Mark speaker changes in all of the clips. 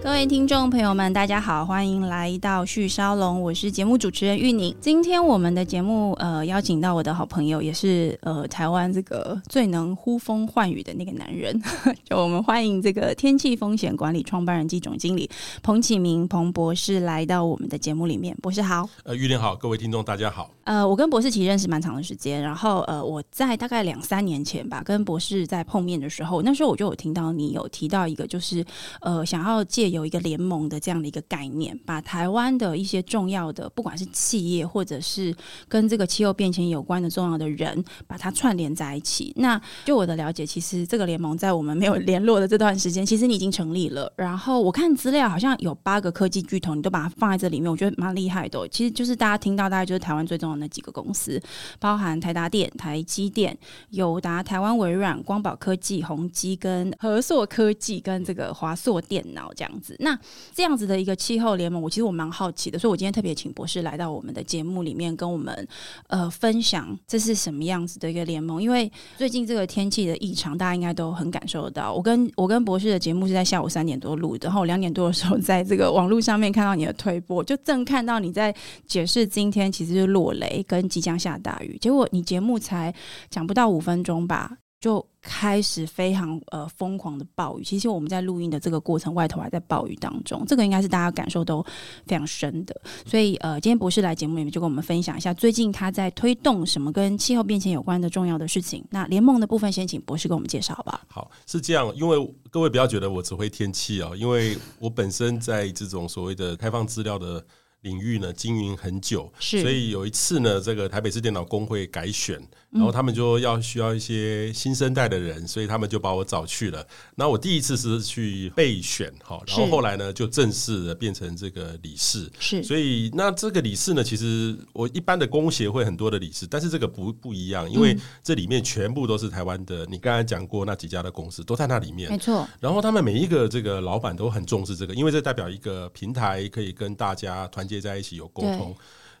Speaker 1: 各位听众朋友们，大家好，欢迎来到旭沙龙，我是节目主持人玉宁。今天我们的节目呃邀请到我的好朋友，也是呃台湾这个最能呼风唤雨的那个男人， 就我们欢迎这个天气风险管理创办人暨总经理彭启明彭博士来到我们的节目里面。博士好，
Speaker 2: 呃，玉林好，各位听众大家好。
Speaker 1: 呃，我跟博士其实认识蛮长的时间，然后呃，我在大概两三年前吧，跟博士在碰面的时候，那时候我就有听到你有提到一个，就是呃，想要借由一个联盟的这样的一个概念，把台湾的一些重要的，不管是企业或者是跟这个气候变迁有关的重要的人，把它串联在一起。那就我的了解，其实这个联盟在我们没有联络的这段时间，其实你已经成立了。然后我看资料，好像有八个科技巨头，你都把它放在这里面，我觉得蛮厉害的哦、其实就是大家听到，大概就是台湾最重要的那几个公司，包含台达电、台积电、友达、台湾微软、光宝科技、宏基跟和硕科技跟这个华硕电脑这样子。那这样子的一个气候联盟，我其实我蛮好奇的，所以我今天特别请博士来到我们的节目里面跟我们呃分享这是什么样子的一个联盟，因为最近这个天气的异常，大家应该都很感受得到。我跟我跟博士的节目是在下午三点多录的，然后我两点多的时候在这个网络上面看到你的推播，就正看到你在解释今天其实是落雷跟即将下大雨，结果你节目才讲不到五分钟吧，就开始非常呃疯狂的暴雨。其实我们在录音的这个过程，外头啊还在暴雨当中，这个应该是大家感受都非常深的。所以呃，今天博士来节目里面就跟我们分享一下最近他在推动什么跟气候变迁有关的重要的事情。那联盟的部分，先请博士给我们介绍吧。
Speaker 2: 好，是这样，因为各位不要觉得我只会天气啊、因为我本身在这种所谓的开放资料的领域呢经营很久，
Speaker 1: 是
Speaker 2: 所以有一次呢，这个台北市电脑工会改选，
Speaker 1: 嗯
Speaker 2: 然后他们就要需要一些新生代的人，所以他们就把我找去了。那我第一次是去备选，好，然后
Speaker 1: 是
Speaker 2: 后来呢就正式的变成这个理事，
Speaker 1: 是
Speaker 2: 所以那这个理事呢，其实我一般的工协会很多的理事，但是这个不不一样，因为
Speaker 1: 嗯
Speaker 2: 这里面全部都是台湾的，你刚才讲过那几家的公司都在那里面
Speaker 1: 没。错，
Speaker 2: 然后他们每一个这个老板都很重视这个，因为这代表一个平台，可以跟大家团结在一起，有沟
Speaker 1: 对
Speaker 2: 通。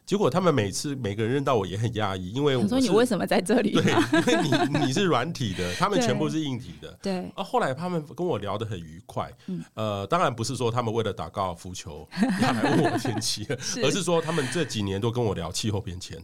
Speaker 2: 结果他们每次每个人认到我也很压抑，因为我
Speaker 1: 我说你
Speaker 2: 是
Speaker 1: 为什么在这里？
Speaker 2: 对， 因为你你是软体的，他们
Speaker 1: 对
Speaker 2: 全部是硬体的。
Speaker 1: 对，嗯
Speaker 2: 啊，后来他们跟我聊得很愉快，呃，当然不是说他们为了打高尔夫球 要来问我 天气，而是说他们这几年都跟我聊气候变迁。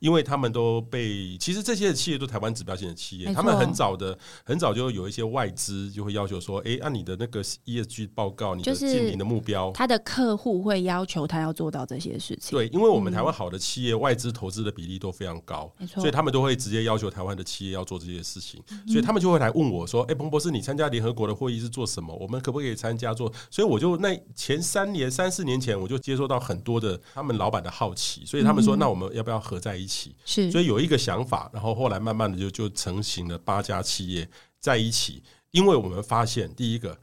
Speaker 2: 因为他们都被，其实这些企业都台湾指标性的企
Speaker 1: 没
Speaker 2: 业，
Speaker 1: 错
Speaker 2: 他们很早的很早就有一些外资就会要求说，哎，按、你的那个 ESG 报告，你
Speaker 1: 就
Speaker 2: 的
Speaker 1: 是
Speaker 2: 近邻的目标，
Speaker 1: 他的客户会要求他要做到这些事情。嗯
Speaker 2: 对，因为我们台湾好的企业、外资投资的比例都非常高，
Speaker 1: 没错嗯
Speaker 2: 所以他们都会直接要求台湾的企业要做这些事情，所以他们就会来问我说：“哎、彭博士，你参加联合国的会议是做什么？我们可不可以参加做？”所以我就那前三年、三四年前，我就接收到很多的他们老板的好奇，所以他们
Speaker 1: 嗯
Speaker 2: 说：“那我们要不要合在一起？”
Speaker 1: 是，
Speaker 2: 所以有一个想法，然后后来慢慢的就就成型了八家企业在一起，因为我们发现第一个，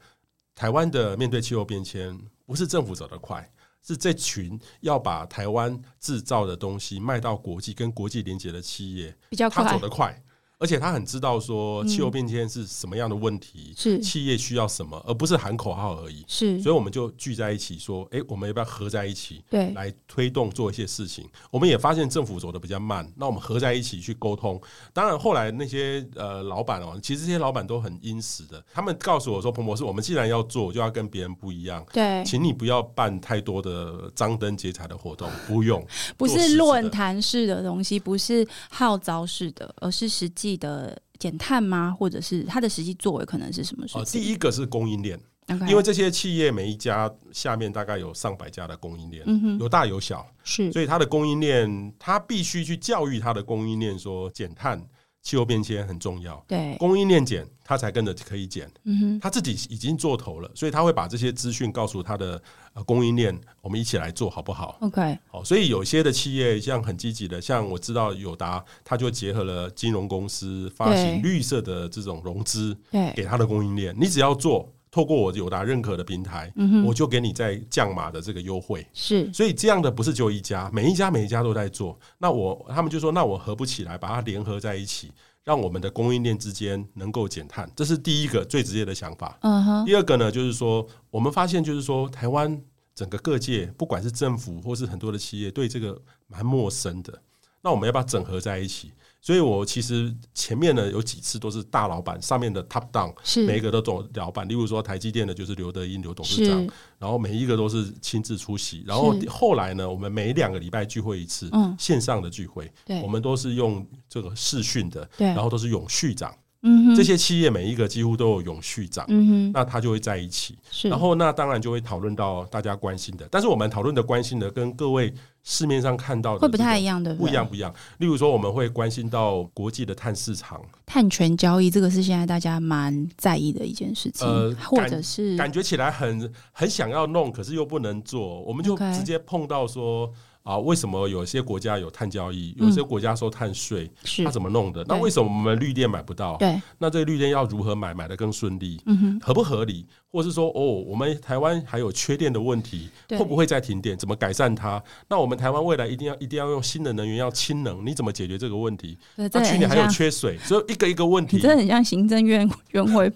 Speaker 2: 台湾的面对气候变迁不是政府走得快。是这群要把台湾制造的东西卖到国际、跟国际连接的企业，
Speaker 1: 比较
Speaker 2: 他
Speaker 1: 快嗯
Speaker 2: 走，得快，而且他很知道说气候变迁是什么样的问题，
Speaker 1: 是
Speaker 2: 企业需要什么，而不是喊口号而已。
Speaker 1: 是，
Speaker 2: 所以我们就聚在一起说，诶，我们要不要合在一起？
Speaker 1: 对，
Speaker 2: 来推动做一些事情。我们也发现政府走的比较慢，那我们合在一起去沟通。当然，后来那些呃老板哦，其实这些老板都很殷实的，他们告诉我说：“彭博士，我们既然要做，就要跟别人不一样。”
Speaker 1: 对，
Speaker 2: 请你不要办太多的张灯结彩的活 动，不用。
Speaker 1: 不
Speaker 2: 做实
Speaker 1: 是
Speaker 2: 质的
Speaker 1: 论坛式的东西，不是号召式的，而是实际的减碳吗？或者是它的实际作为可能是什么事
Speaker 2: 呃，
Speaker 1: 情？
Speaker 2: 第一个是供应链，
Speaker 1: OK，
Speaker 2: 因为这些企业每一家下面大概有上百家的供应链，
Speaker 1: 嗯哼，
Speaker 2: 有大有小。
Speaker 1: 是
Speaker 2: 所以它的供应链，它必须去教育它的供应链说，减碳、气候变迁很重要，
Speaker 1: 对，
Speaker 2: 供应链减，它才跟着可以减。
Speaker 1: 嗯哼，
Speaker 2: 他自己已经做头了，所以他会把这些资讯告诉他的呃供应链，我们一起来做好不好？
Speaker 1: OK，
Speaker 2: 好，所以有些的企业像很积极的，像我知道友达，它就结合了金融公司发
Speaker 1: 对
Speaker 2: 行绿色的这种融资
Speaker 1: 对，
Speaker 2: 给它的供应链，你只要做，透过我友达认可的平台，
Speaker 1: 嗯哼，
Speaker 2: 我就给你在降码的这个优惠。
Speaker 1: 是
Speaker 2: 所以这样的不是只有一家，每一家每一家都在做。那我他们就说，那我合不起来，把它联合在一起，让我们的供应链之间能够减碳，这是第一个最直接的想法。
Speaker 1: 嗯哼，
Speaker 2: 第二个呢，就是说我们发现，就是说台湾整个各界，不管是政府或是很多的企业，对这个蛮陌生的。那我们要不要整合在一起？所以我其实前面呢有几次都是大老板上面的 top down，
Speaker 1: 是
Speaker 2: 每一个都总老板，例如说台积电的就是刘德英刘董事长，然后每一个都是亲自出席。然后
Speaker 1: 是
Speaker 2: 后来呢，我们每两个礼拜聚会一次，
Speaker 1: 嗯
Speaker 2: 线上的聚会，
Speaker 1: 对
Speaker 2: 我们都是用这个视讯的，
Speaker 1: 对，
Speaker 2: 然后都是永续长，
Speaker 1: 嗯哼
Speaker 2: 这些企业每一个几乎都有永续长，
Speaker 1: 嗯哼
Speaker 2: 那他就会在一起。
Speaker 1: 是，
Speaker 2: 然后那当然就会讨论到大家关心的，但是我们讨论的关心的跟各位市面上看到的
Speaker 1: 会不
Speaker 2: 这个
Speaker 1: 太一样，对不
Speaker 2: 不
Speaker 1: 对？
Speaker 2: 一样，不一样。例如说，我们会关心到国际的碳市场，
Speaker 1: 碳权交易这个是现在大家蛮在意的一件事情，
Speaker 2: 呃
Speaker 1: 或者是
Speaker 2: 感觉起来很很想要弄，可是又不能做，我们就
Speaker 1: OK
Speaker 2: 直接碰到说啊，为什么有些国家有碳交易，
Speaker 1: 嗯
Speaker 2: 有些国家收碳税，
Speaker 1: 是
Speaker 2: 它怎么弄的？
Speaker 1: 对
Speaker 2: 那为什么我们绿电买不到？
Speaker 1: 对，
Speaker 2: 那这个绿电要如何买，买的更顺利？
Speaker 1: 嗯哼，
Speaker 2: 合不合理，或是说哦，我们台湾还有缺电的问题，
Speaker 1: 对
Speaker 2: 会不会再停电？怎么改善它？那我们台湾未来一定要一定要用新的能源，要氢能，你怎么解决这个问题？
Speaker 1: 对，这
Speaker 2: 那去
Speaker 1: 很
Speaker 2: 年还有
Speaker 1: 像。
Speaker 2: 缺水，所以一个一个问
Speaker 1: 你
Speaker 2: 题。
Speaker 1: 真的很像行政院 院会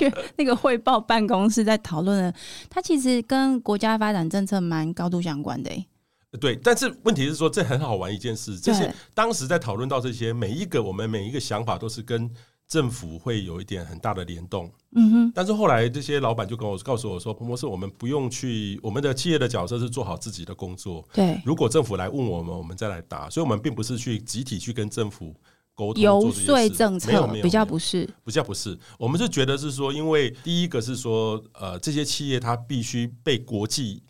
Speaker 1: 院那个汇报办公室在讨论的，它其实跟国家发展政策蛮高度相关的、欸。
Speaker 2: 对，但是问题是说，这很好玩一件事，这
Speaker 1: 对
Speaker 2: 些当时在讨论到这些，每一个我们每一个想法都是跟政府会有一点很大的联动。
Speaker 1: 嗯哼，
Speaker 2: 但是后来这些老板就跟我告诉我说，彭博士，我们不用去，我们的企业的角色是做好自己的工作，
Speaker 1: 对，
Speaker 2: 如果政府来问我们，我们再来答。所以，我们并不是去集体去跟政府沟通
Speaker 1: 游
Speaker 2: 做这件
Speaker 1: 说
Speaker 2: 事
Speaker 1: 政
Speaker 2: 没
Speaker 1: 策
Speaker 2: 有没有
Speaker 1: 比较
Speaker 2: 没有
Speaker 1: 不是，
Speaker 2: 不叫不是，我们是觉得是说，因为第一个是说，呃，这些企业它必须被国际。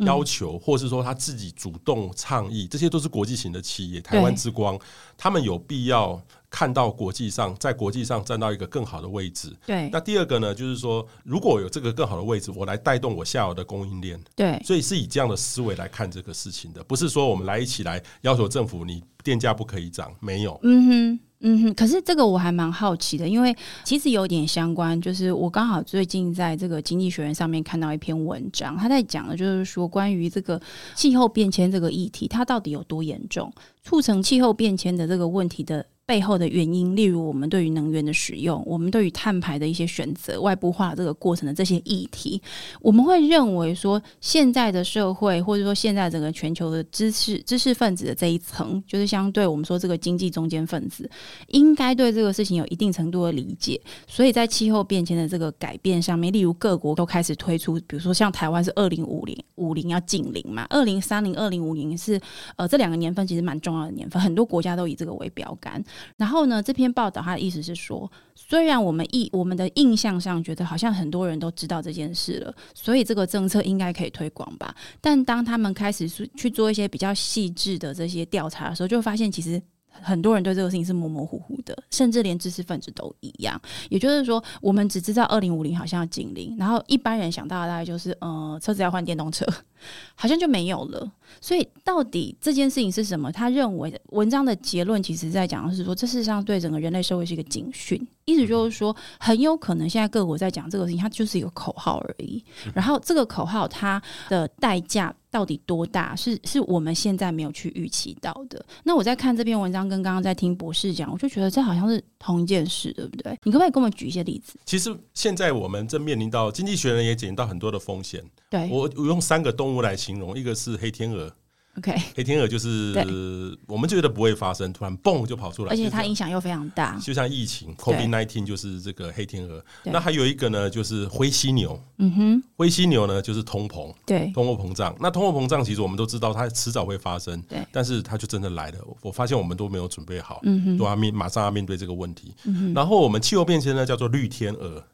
Speaker 2: 要求，或是说他自己主动倡议，这些都是国际型的企业，台湾之光，他们有必要看到国际上，在国际上站到一个更好的位置。
Speaker 1: 对
Speaker 2: 那第二个呢，就是说，如果有这个更好的位置，我来带动我下游的供应链，
Speaker 1: 对
Speaker 2: 所以是以这样的思维来看这个事情的，不是说我们来一起来要求政府你电价不可以涨，没有。
Speaker 1: 嗯哼，嗯哼。可是这个我还蛮好奇的，因为其实有点相关，就是我刚好最近在这个经济学人上面看到一篇文章，他在讲的就是说关于这个气候变迁这个议题，它到底有多严重，促成气候变迁的这个问题的。背后的原因，例如我们对于能源的使用，我们对于碳排的一些选择，外部化这个过程的这些议题，我们会认为说，现在的社会或者说现在整个全球的知识知识分子的这一层，就是相对我们说这个经济中间分子，应该对这个事情有一定程度的理解。所以在气候变迁的这个改变上面，例如各国都开始推出，比如说像台湾是二零五零五零要近零嘛，二零三零、二零五零是呃这两个年份其实蛮重要的年份，很多国家都以这个为标杆。然后呢，这篇报道它的意思是说，虽然我们印我们的印象上觉得好像很多人都知道这件事了，所以这个政策应该可以推广吧。但当他们开始去去做一些比较细致的这些调查的时候，就会发现其实。很多人对这个事情是模模糊糊的，甚至连知识分子都一样。也就是说，我们只知道二零五零好像要禁零，然后一般人想到的大概就是，呃，车子要换电动车，好像就没有了。所以到底这件事情是什么？他认为文章的结论其实在讲的是说，这事实上对整个人类社会是一个警讯，意思就是说，很有可能现在各国在讲这个事情，它就是一个口号而已。然后这个口号它的代价到底多大，是是我们现在没有去预期到的。那我在看这篇文章，跟刚刚在听博士讲，我就觉得这好像是同一件事，对不对？你可不可以跟我们举一些例子？
Speaker 2: 其实现在我们正面临到经济学人也检验到很多的风险。
Speaker 1: 对
Speaker 2: 我我用三个动物来形容，一个是黑天鹅，
Speaker 1: ，OK，
Speaker 2: 黑天鹅就是我们觉得不会发生，突然蹦就跑出来，
Speaker 1: 而且它
Speaker 2: 就
Speaker 1: 影响又非常大
Speaker 2: 像。就像疫情 COVID nineteen 就是这个黑天鹅。
Speaker 1: 对
Speaker 2: 那还有一个呢，就是灰犀牛，
Speaker 1: 嗯哼，
Speaker 2: 灰犀牛呢就是通膨。
Speaker 1: 对
Speaker 2: 通货膨胀。那通货膨胀其实我们都知道，它迟早会发生，
Speaker 1: 对
Speaker 2: 但是它就真的来了。我我发现我们都没有准备好，
Speaker 1: 嗯哼
Speaker 2: 都要面马上要面对这个问题。然后我们气候变迁呢，叫做绿天鹅。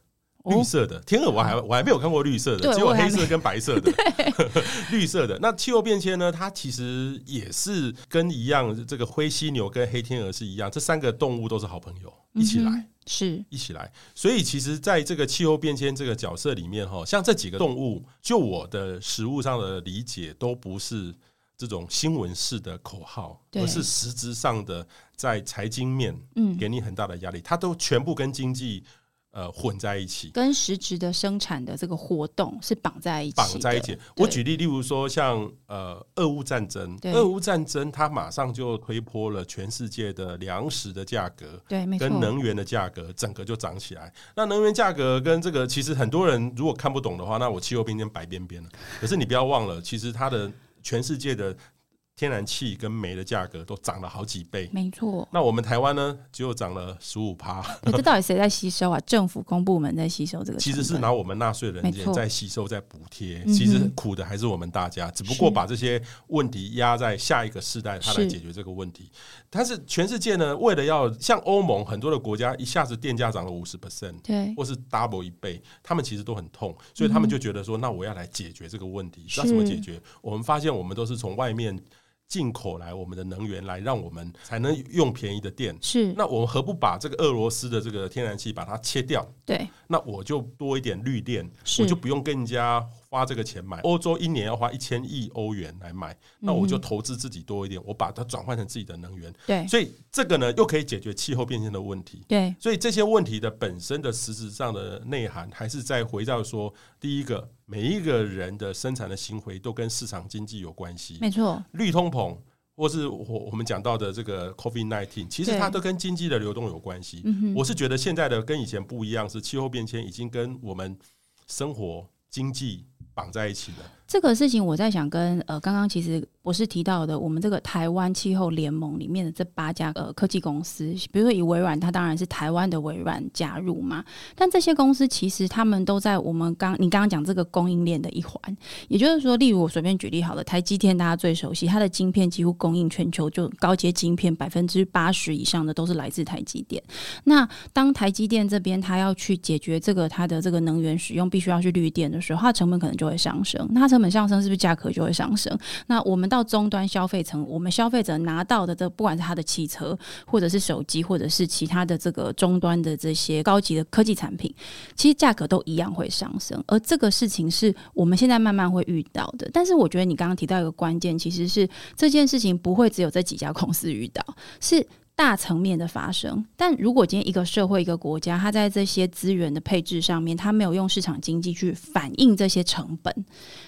Speaker 1: 哦
Speaker 2: 绿色的天鹅，我还我还没有看过绿色
Speaker 1: 对
Speaker 2: 的，只有
Speaker 1: 我也还
Speaker 2: 黑色跟白色 的。 绿色的那气候变迁呢？它其实也是跟一样，这个灰犀牛跟黑天鹅是一样，这三个动物都是好朋友，一起来。
Speaker 1: 嗯哼是
Speaker 2: 一起来。所以其实在这个气候变迁这个角色里面，哈，像这几个动物，就我的实物上的理解，都不是这种新闻式的口号，
Speaker 1: 对
Speaker 2: 而是实质上的在财经面
Speaker 1: 嗯
Speaker 2: 给你很大的压力，它都全部跟经济呃混在一起。
Speaker 1: 跟实质的生产的这个活动是绑在一起的，
Speaker 2: 绑在一起。我举例，例如说像呃，俄乌战争，
Speaker 1: 对
Speaker 2: 俄乌战争它马上就推波了全世界的粮食的价格，
Speaker 1: 对，没错，
Speaker 2: 跟能源的价格整个就涨起来。那能源价格跟这个，其实很多人如果看不懂的话，那我气候变迁白边边了。可是你不要忘了，其实它的全世界的天然气跟煤的价格都涨了好几倍。
Speaker 1: 没 错。
Speaker 2: 那我们台湾呢，只有涨了十五趴，
Speaker 1: 欸这到底谁在吸收啊？政府公部门在吸收这个成本，
Speaker 2: 其实是拿我们纳税人的
Speaker 1: 没
Speaker 2: 钱
Speaker 1: 错嗯
Speaker 2: 在吸收、在补贴，
Speaker 1: 哼
Speaker 2: 其实苦的还是我们大家，只不过
Speaker 1: 是
Speaker 2: 把这些问题压在下一个世代，他来
Speaker 1: 是
Speaker 2: 解决这个问题。但是全世界呢，为了要像欧盟很多的国家一下子电价涨了五十 percent。
Speaker 1: 对
Speaker 2: 或是 double 一倍，他们其实都很痛，所以他们就觉得说，那我要来解决这个问题，知道怎么
Speaker 1: 嗯是
Speaker 2: 解决？我们发现我们都是从外面进口来我们的能源，来让我们才能用便宜的电。
Speaker 1: 是，
Speaker 2: 那我们何不把这个俄罗斯的这个天然气把它切掉？
Speaker 1: 对
Speaker 2: 那我就多一点绿电，
Speaker 1: 是
Speaker 2: 我就不用跟人家花这个钱买。欧洲一年要花一千亿欧元来买，
Speaker 1: 嗯
Speaker 2: 那我就投资自己多一点，我把它转换成自己的能源。
Speaker 1: 对
Speaker 2: 所以这个呢，又可以解决气候变迁的问题。
Speaker 1: 对
Speaker 2: 所以这些问题的本身的实质上的内涵，还是在回到说，第一个，每一个人的生产的行为都跟市场经济有关系。
Speaker 1: 没错，
Speaker 2: 绿通膨，或是我我们讲到的这个 COVID nineteen，其实
Speaker 1: 对
Speaker 2: 它都跟经济的流动有关系。
Speaker 1: 嗯哼，
Speaker 2: 我是觉得现在的跟以前不一样，是气候变迁已经跟我们生活经济绑在一起了。
Speaker 1: 这个事情我在想跟呃，刚刚其实博士提到的，我们这个台湾气候联盟里面的这八家呃科技公司，比如说以微软，它当然是台湾的微软加入嘛，但这些公司其实他们都在我们刚你刚刚讲这个供应链的一环，也就是说，例如我随便举例好了，台积电大家最熟悉，它的晶片几乎供应全球就高阶晶片百分之八十以上的都是来自台积电。那当台积电这边它要去解决这个它的这个能源使用必须要去绿电的时候，它的成本可能就会上升。那它成本上升是不是价格就会上升？那我们到终端消费层，我们消费者拿到的这不管是它的汽车，或者是手机，或者是其他的这个终端的这些高级的科技产品，其实价格都一样会上升。而这个事情是我们现在慢慢会遇到的。但是我觉得你刚刚提到一个关键，其实是这件事情不会只有这几家公司遇到，是大层面的发生。但如果今天一个社会、一个国家，它在这些资源的配置上面，它没有用市场经济去反映这些成本，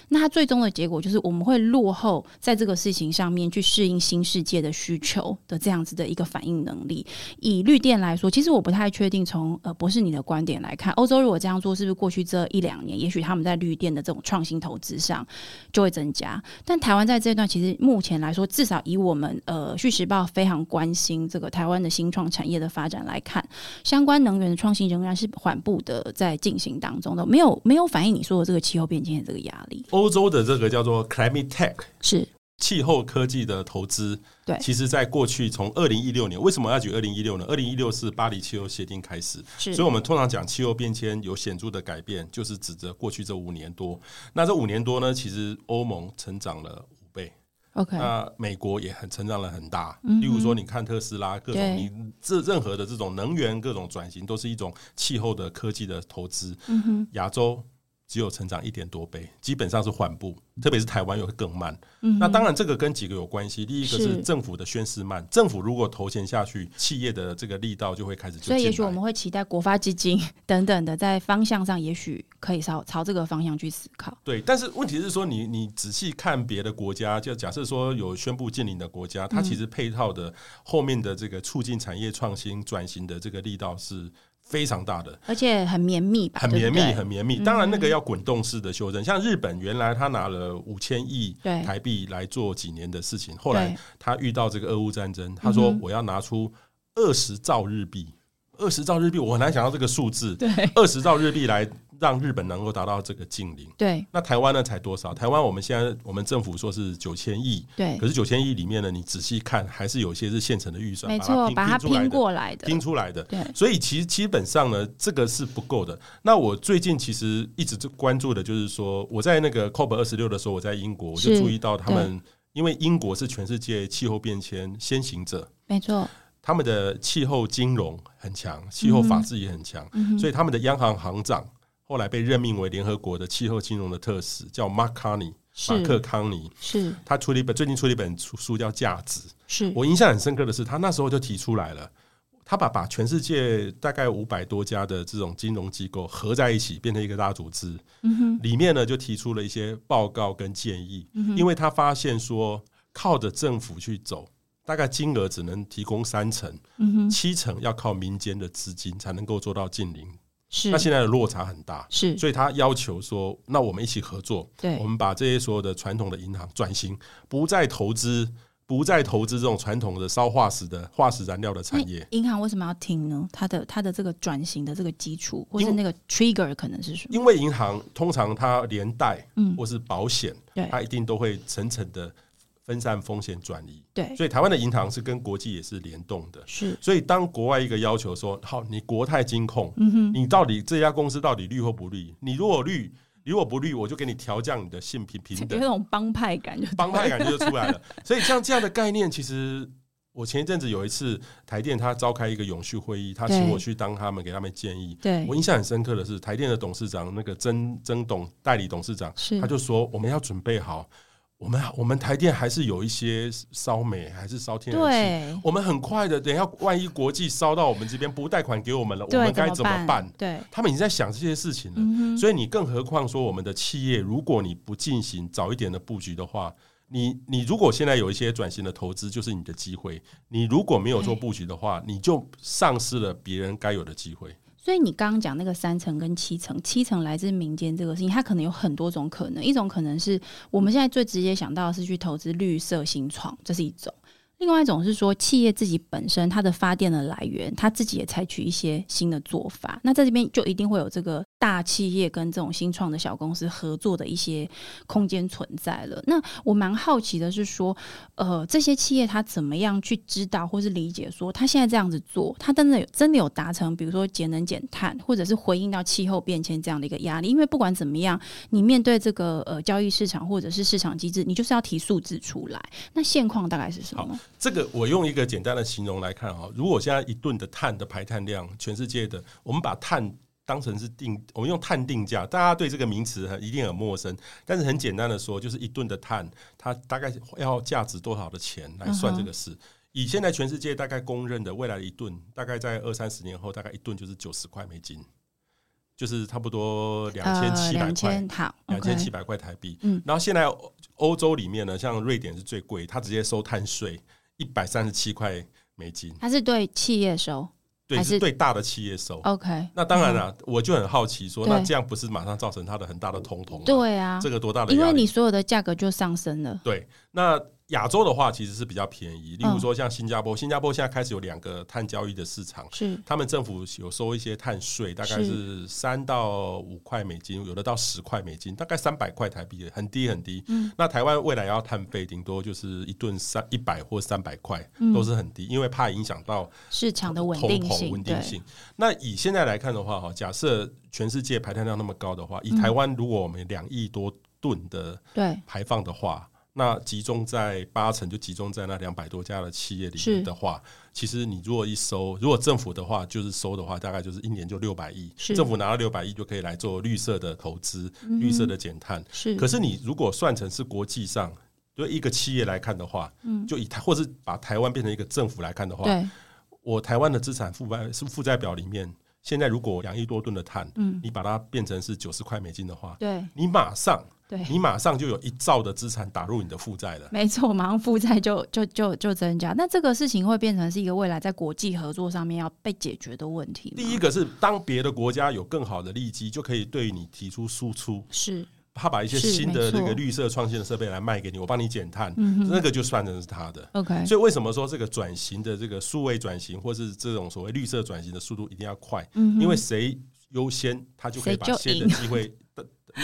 Speaker 1: 那它最终的结果就是我们会落后在这个事情上面去适应新世界的需求的这样子的一个反应能力。以绿电来说，其实我不太确定从呃博士你的观点来看，欧洲如果这样做，是不是过去这一两年，也许他们在绿电的这种创新投资上就会增加？但台湾在这一段，其实目前来说，至少以我们呃《续时报》非常关心这个台湾的新创产业的发展来看，相关能源的创新仍然是缓步的在进行当中的，没有没有反映你说的这个气候变迁的这个压力，
Speaker 2: 欧洲的这个叫做 climate tech
Speaker 1: 是
Speaker 2: 气候科技的投资，
Speaker 1: 对
Speaker 2: 其实在过去从二零一六年，为什么要举二零一六呢？二零一六是巴黎气候协定开始，
Speaker 1: 是
Speaker 2: 所以，我们通常讲气候变迁有显著的改变，就是指着过去这五年多。那这五年多呢，其实欧盟成长了五倍，
Speaker 1: OK，
Speaker 2: 那美国也很成长了很大。
Speaker 1: 嗯哼
Speaker 2: 例如说，你看特斯拉各
Speaker 1: 对
Speaker 2: 种，你这任何的这种能源各种转型，都是一种气候的科技的投资。
Speaker 1: 嗯哼，
Speaker 2: 亚洲只有成长一点多倍，基本上是缓步，特别是台湾又更慢。
Speaker 1: 嗯嗯哼
Speaker 2: 那当然，这个跟几个有关系。第一
Speaker 1: 是
Speaker 2: 个是政府的宣示慢，政府如果投钱下去，企业的这个力道就会开始就进
Speaker 1: 所
Speaker 2: 来。
Speaker 1: 以，也许我们会期待国发基金 等等的，在方向上，也许可以朝朝这个方向去思考。
Speaker 2: 对，但是问题是说你，你仔细看别的国家，就假设说有宣布禁令的国家，它
Speaker 1: 嗯
Speaker 2: 其实配套的后面的这个促进产业创新转型的这个力道是非常大的。
Speaker 1: 而且很绵密吧，
Speaker 2: 很绵密
Speaker 1: 对不，嗯对
Speaker 2: 很绵密。当然，那个要滚动式的修正。像日本原来他拿了五千亿
Speaker 1: 对
Speaker 2: 台币来做几年的事情，后来
Speaker 1: 对
Speaker 2: 他遇到这个俄乌战争，他说
Speaker 1: 嗯哼
Speaker 2: 我要拿出二十兆日币，二十兆日币，我很难想到这个数字，
Speaker 1: 对
Speaker 2: 二十兆日币来让日本能够达到这个禁令。
Speaker 1: 对
Speaker 2: 那台湾呢才多少？台湾我们现在我们政府说是九千亿，
Speaker 1: 对
Speaker 2: 可，是九千亿里面呢，你仔细看还是有一些是现成的预算，
Speaker 1: 没错，把它
Speaker 2: 拼出来
Speaker 1: 拼
Speaker 2: 的，
Speaker 1: 过来的，
Speaker 2: 拼出来的。
Speaker 1: 对
Speaker 2: 所以其实基本上呢，这个是不够的。那我最近其实一直就关注的就是说，我在那个 COP 二十六的时候，我在英国我就是注意到他们，因为英国是全世界气候变迁先行者，
Speaker 1: 没错，
Speaker 2: 他们的气候金融很强，气候法治也很强，
Speaker 1: 嗯哼
Speaker 2: 所以他们的央行行长后来被任命为联合国的气候金融的特使，叫 Mark Carney，马克
Speaker 1: 是
Speaker 2: 康尼。
Speaker 1: 是
Speaker 2: 他出了一本最近出了一本书书叫《价值》，
Speaker 1: 是，
Speaker 2: 我印象很深刻的是，他那时候就提出来了。他把把全世界大概五百多家的这种金融机构合在一起，变成一个大组织。
Speaker 1: 嗯哼，嗯
Speaker 2: 里面呢就提出了一些报告跟建议，因为他发现说，靠着政府去走，大概金额只能提供三成，
Speaker 1: 嗯哼，
Speaker 2: 七成要靠民间的资金才能够做到近零
Speaker 1: 是
Speaker 2: 那现在的落差很大，
Speaker 1: 是，
Speaker 2: 所以他要求说，那我们一起合作，
Speaker 1: 对
Speaker 2: 我，们把这些所有的传统的银行转型，不再投资，不再投资这种传统的烧化石的化石燃料的产业。
Speaker 1: 银行为什么要停呢？它的它的这个转型的这个基础，或
Speaker 2: 因
Speaker 1: 是
Speaker 2: 为
Speaker 1: 那个 trigger 可能是什么？
Speaker 2: 因为银行通常它连带
Speaker 1: 嗯，
Speaker 2: 或是保险，
Speaker 1: 对
Speaker 2: 它一定都会层层的分散风险转移，
Speaker 1: 对，
Speaker 2: 所以台湾的银行是跟国际也是联动的。
Speaker 1: 是，
Speaker 2: 所以当国外一个要求说，好，你国泰金控，
Speaker 1: 嗯哼，
Speaker 2: 你到底这家公司到底绿或不绿？你如果绿，你如果不绿，我就给你调降你的性平平
Speaker 1: 有
Speaker 2: 等
Speaker 1: 一，种帮派感觉，
Speaker 2: 帮派感觉就出来了。 所以像这样的概念，其实我前一阵子有一次台电他召开一个永续会议，他请
Speaker 1: 对
Speaker 2: 我去当他们给他们建议。
Speaker 1: 对
Speaker 2: 我，印象很深刻的是，台电的董事长那个曾曾董代理董事长，
Speaker 1: 是
Speaker 2: 他就说我们要准备好，我们我们台电还是有一些烧煤，还是烧天然气。
Speaker 1: 对
Speaker 2: 我们很快的，等一下万一国际烧到我们这边不贷款给我们了，我
Speaker 1: 对，
Speaker 2: 们该怎么办？
Speaker 1: 对，
Speaker 2: 他们已经在想这些事情了。
Speaker 1: 嗯哼，
Speaker 2: 所以你更何况说我们的企业，如果你不进行早一点的布局的话，你你如果现在有一些转型的投资，就是你的机会。你如果没有做
Speaker 1: 对
Speaker 2: 布局的话，你就丧失了别人该有的机会。
Speaker 1: 所以你刚刚讲那个三层跟七层，七层来自民间这个事情，它可能有很多种可能。一种可能是我们现在最直接想到的是去投资绿色新创，这是一种；另外一种是说企业自己本身它的发电的来源，它自己也采取一些新的做法。那在这边就一定会有这个大企业跟这种新创的小公司合作的一些空间存在了。那我蛮好奇的是说，呃，这些企业它怎么样去知道或是理解说，它现在这样子做，它真的有真的有达成，比如说节能减碳，或者是回应到气候变迁这样的一个压力？因为不管怎么样，你面对这个呃交易市场或者是市场机制，你就是要提数字出来。那现况大概是什么？
Speaker 2: 这个我用一个简单的形容来看啊、如果现在一吨的碳的排碳量，全世界的，我们把碳当成是定，我们用碳定价，大家对这个名词很一定很陌生，但是很简单的说，就是一吨的碳，它大概要价值多少的钱来算这个事。以现在全世界大概公认的未来的一吨，大概在二三十年后，大概一吨就是九十块美金，就是差不多两千
Speaker 1: 呃，
Speaker 2: 七百
Speaker 1: 两
Speaker 2: 块。
Speaker 1: 千好，
Speaker 2: 两千七
Speaker 1: OK，
Speaker 2: 百块台币。
Speaker 1: 嗯
Speaker 2: 然后现在欧欧洲里面呢，像瑞典是最贵，它直接收碳税一百三十七块美金，
Speaker 1: 它是对企业收
Speaker 2: 对，
Speaker 1: 还是
Speaker 2: 是最大的企业收。
Speaker 1: ，OK，
Speaker 2: 那当然了、啊我就很好奇说，
Speaker 1: 对
Speaker 2: 那这样不是马上造成它的很大的通膨吗？
Speaker 1: 对啊
Speaker 2: 这，个多大的
Speaker 1: 因
Speaker 2: 压
Speaker 1: 为
Speaker 2: 力
Speaker 1: 你？所有的价格就上升了，
Speaker 2: 对，那亚洲的话其实是比较便宜，
Speaker 1: 嗯
Speaker 2: 例如说像新加坡，新加坡现在开始有两个碳交易的市场。
Speaker 1: 是
Speaker 2: 他们政府有收一些碳税，大概是三到五块美金，有的到十块美金，大概三百块台币，很低很低。
Speaker 1: 嗯
Speaker 2: 那台湾未来要碳费，顶多就是一顿三一百或三百块，
Speaker 1: 嗯
Speaker 2: 都是很低，因为怕影响到
Speaker 1: 市场的稳
Speaker 2: 通
Speaker 1: 定
Speaker 2: 膨
Speaker 1: 性，
Speaker 2: 稳
Speaker 1: 对
Speaker 2: 定，性。那以现在来看的话，哈，假设全世界排碳量那么高的话，以台湾如果我们两亿多吨的
Speaker 1: 对，
Speaker 2: 排放的话，那集中在八成就集中在那两百多家的企业里
Speaker 1: 是
Speaker 2: 面的话，其实你如果一收，如果政府的话就是收的话，大概就是一年就六百亿，
Speaker 1: 是嗯
Speaker 2: 政府拿到六百亿就可以来做绿色的投资、绿色的减碳。
Speaker 1: 是
Speaker 2: 可是你如果算成是国际上对一个企业来看的话，
Speaker 1: 嗯
Speaker 2: 就以台或是把台湾变成一个政府来看的话，
Speaker 1: 对，
Speaker 2: 我台湾的资产负债是负债表里面，现在如果两亿多吨的碳，
Speaker 1: 嗯，
Speaker 2: 你把它变成是九十块美金的话，
Speaker 1: 对
Speaker 2: 你马上。
Speaker 1: 对。
Speaker 2: 你马上就有一兆的资产打入你的负债了。
Speaker 1: 没错，马上负债就 就就就增加。那这个事情会变成是一个未来在国际合作上面要被解决的问题吗。
Speaker 2: 第一个是，当别的国家有更好的利基，就可以对你提出输出，
Speaker 1: 是，
Speaker 2: 他把一些
Speaker 1: 是
Speaker 2: 新的
Speaker 1: 没错
Speaker 2: 这个绿色创新的设备来卖给你，我帮你减碳，
Speaker 1: 嗯哼
Speaker 2: 那个就算成是他的。
Speaker 1: ，OK，
Speaker 2: 所以为什么说这个转型的这个数位转型，或是这种所谓绿色转型的速度一定要快？
Speaker 1: 嗯哼
Speaker 2: 因为谁优先，他就可以把
Speaker 1: 谁就
Speaker 2: 先的
Speaker 1: 赢
Speaker 2: 机会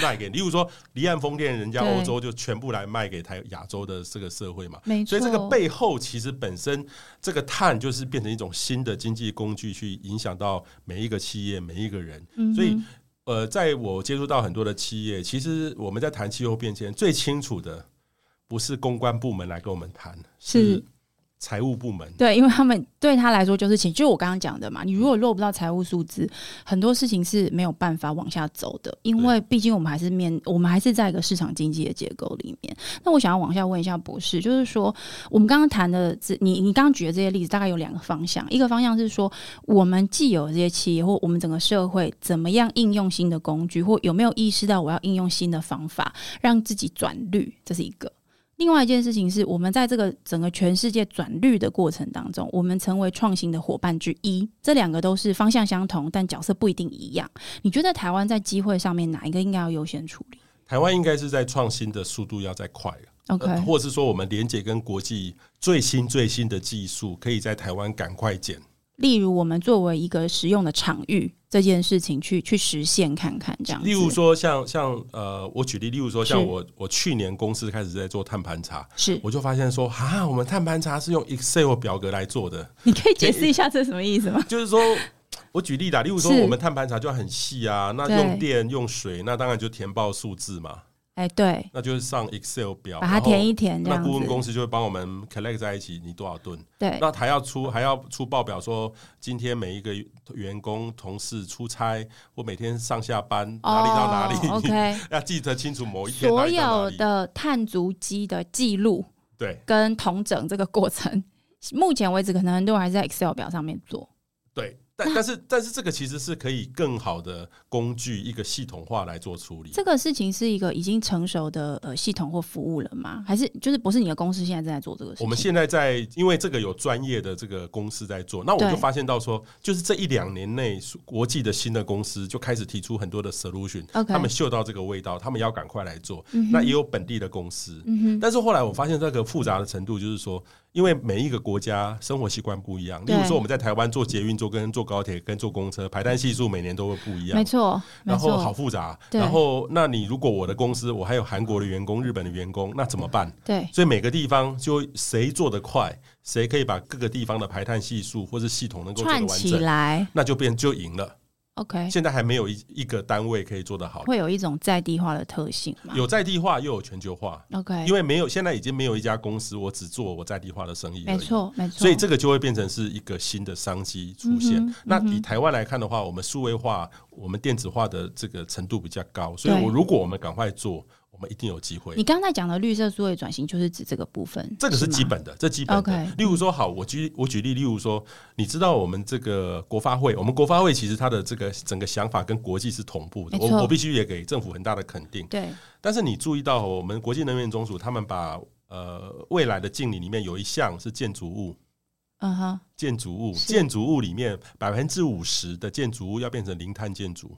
Speaker 2: 卖给你。例如说，离岸风电，人家
Speaker 1: 对
Speaker 2: 欧洲就全部来卖给台亚洲的这个社会嘛。
Speaker 1: 没错，
Speaker 2: 所以这个背后其实本身这个碳就是变成一种新的经济工具，去影响到每一个企业、每一个人。
Speaker 1: 嗯哼，
Speaker 2: 所以呃，在我接触到很多的企业，其实我们在谈气候变迁，最清楚的不是公关部门来跟我们谈，
Speaker 1: 是
Speaker 2: 财务部门。
Speaker 1: 对，因为他们对他来说就是钱，就是我刚刚讲的嘛。你如果落不到财务数字，很多事情是没有办法往下走的，因为毕竟我们还是面，我们还是在一个市场经济的结构里面。那我想要往下问一下博士，就是说我们刚刚谈的这，你你刚刚举的这些例子，大概有两个方向，一个方向是说我们既有这些企业或我们整个社会怎么样应用新的工具，或有没有意识到我要应用新的方法，让自己转绿，这是一个。另外一件事情是我们在这个整个全世界转绿的过程当中，我们成为创新的伙伴之一。这两个都是方向相同，但角色不一定一样。你觉得台湾在机会上面哪一个应该要优先处理
Speaker 2: 台湾应该是在创新的速度要再快了。
Speaker 1: ？OK，
Speaker 2: 呃或者是说我们连接跟国际最新最新的技术，可以在台湾赶快减。
Speaker 1: 例如我们作为一个实用的场域这件事情去去实现看看这样子。
Speaker 2: 例如说像，像呃，我举例，例如说，像
Speaker 1: 是
Speaker 2: 我我去年公司开始在做碳盘查，
Speaker 1: 是，
Speaker 2: 我就发现说，啊，我们碳盘查是用 Excel 表格来做的，
Speaker 1: 你可以解释一下这是什么意思 吗？
Speaker 2: 就 是说。我举例啦，例如说
Speaker 1: 是
Speaker 2: 我们碳盘查就很细啊，那
Speaker 1: 对
Speaker 2: 用电用水，那当然就填报数字嘛，
Speaker 1: 哎，对，
Speaker 2: 那就是上 Excel 表，
Speaker 1: 把它填一
Speaker 2: 一。
Speaker 1: 填这
Speaker 2: 那
Speaker 1: 样
Speaker 2: 顾问公
Speaker 1: 子。
Speaker 2: 司就会帮我们 collect 在一起，你多少吨？
Speaker 1: 对，
Speaker 2: 那还要出还要出报表说，今天每一个员工同事出差或每天上下班哪里到哪里，
Speaker 1: 哦？OK，
Speaker 2: 要记得清楚某一天哪
Speaker 1: 所
Speaker 2: 里到哪
Speaker 1: 有
Speaker 2: 里。
Speaker 1: 的碳足迹的记录
Speaker 2: 对
Speaker 1: 跟同整这个过程， 目前为止可能很多人还是在 Excel 表上面做。
Speaker 2: 对，但但是但是这个其实是可以更好的工具一个系统化来做处理。
Speaker 1: 这个事情是一个已经成熟的呃系统或服务了吗？还是就是不是你的公司现在正在做这个事情？
Speaker 2: 我们现在在，因为这个有专业的这个公司在做，那我
Speaker 1: 对
Speaker 2: 就发现到说，就是这一两年内，国际的新的公司就开始提出很多的 solution，
Speaker 1: OK
Speaker 2: 他们嗅到这个味道，他们要赶快来做。
Speaker 1: 嗯哼
Speaker 2: 那也有本地的公司，
Speaker 1: 嗯哼
Speaker 2: 但是后来我发现这个复杂的程度，就是说，因为每一个国家生活习惯不一样，例
Speaker 1: 对
Speaker 2: 如说我们在台湾坐捷运、坐跟坐高铁、跟坐公车，排单系数每年都会不一
Speaker 1: 没
Speaker 2: 样。
Speaker 1: 错，没
Speaker 2: 然后
Speaker 1: 错，
Speaker 2: 好复杂，
Speaker 1: 对
Speaker 2: 然后那你如果我的公司我还有韩国的员工、日本的员工，那怎 么办？
Speaker 1: 对，
Speaker 2: 所以每个地方就谁做得快，谁可以把各个地方的排碳系数或是系统能够做得
Speaker 1: 串
Speaker 2: 完
Speaker 1: 起
Speaker 2: 整，
Speaker 1: 来
Speaker 2: 那就变就赢了。
Speaker 1: ，OK，
Speaker 2: 现在还没有一一个单位可以做得好，
Speaker 1: 会有一种在地化的特性嘛
Speaker 2: 有在地化又有全球化，
Speaker 1: ？OK，
Speaker 2: 因为没有现在已经没有一家公司我只做我在地化的生意，
Speaker 1: 没，错，没错，
Speaker 2: 所以这个就会变成是一个新的商机出现。
Speaker 1: 嗯哼
Speaker 2: 那
Speaker 1: 嗯
Speaker 2: 以
Speaker 1: 哼
Speaker 2: 台湾来看的话，我们数位化、我们电子化的这个程度比较高，所以
Speaker 1: 对
Speaker 2: 我如果我们赶快做，我们一定有机会
Speaker 1: 你。刚才讲的绿色数位转型就是指这个部分，
Speaker 2: 这个是
Speaker 1: 吗
Speaker 2: 基本的，这基本
Speaker 1: OK 嗯
Speaker 2: 的。例如说，好，我举我举例，例如说，你知道我们这个国发会，我们国发会其实它的这个整个想法跟国际是同步的，
Speaker 1: 没
Speaker 2: 我
Speaker 1: 错
Speaker 2: 我必须也给政府很大的肯定。
Speaker 1: 对，
Speaker 2: 但是你注意到，我们国际能源总署他们把呃未来的净零里面有一项是建筑物，
Speaker 1: 嗯哼，
Speaker 2: 建筑物
Speaker 1: 是
Speaker 2: 建筑物里面百分之五十的建筑物要变成零碳建筑，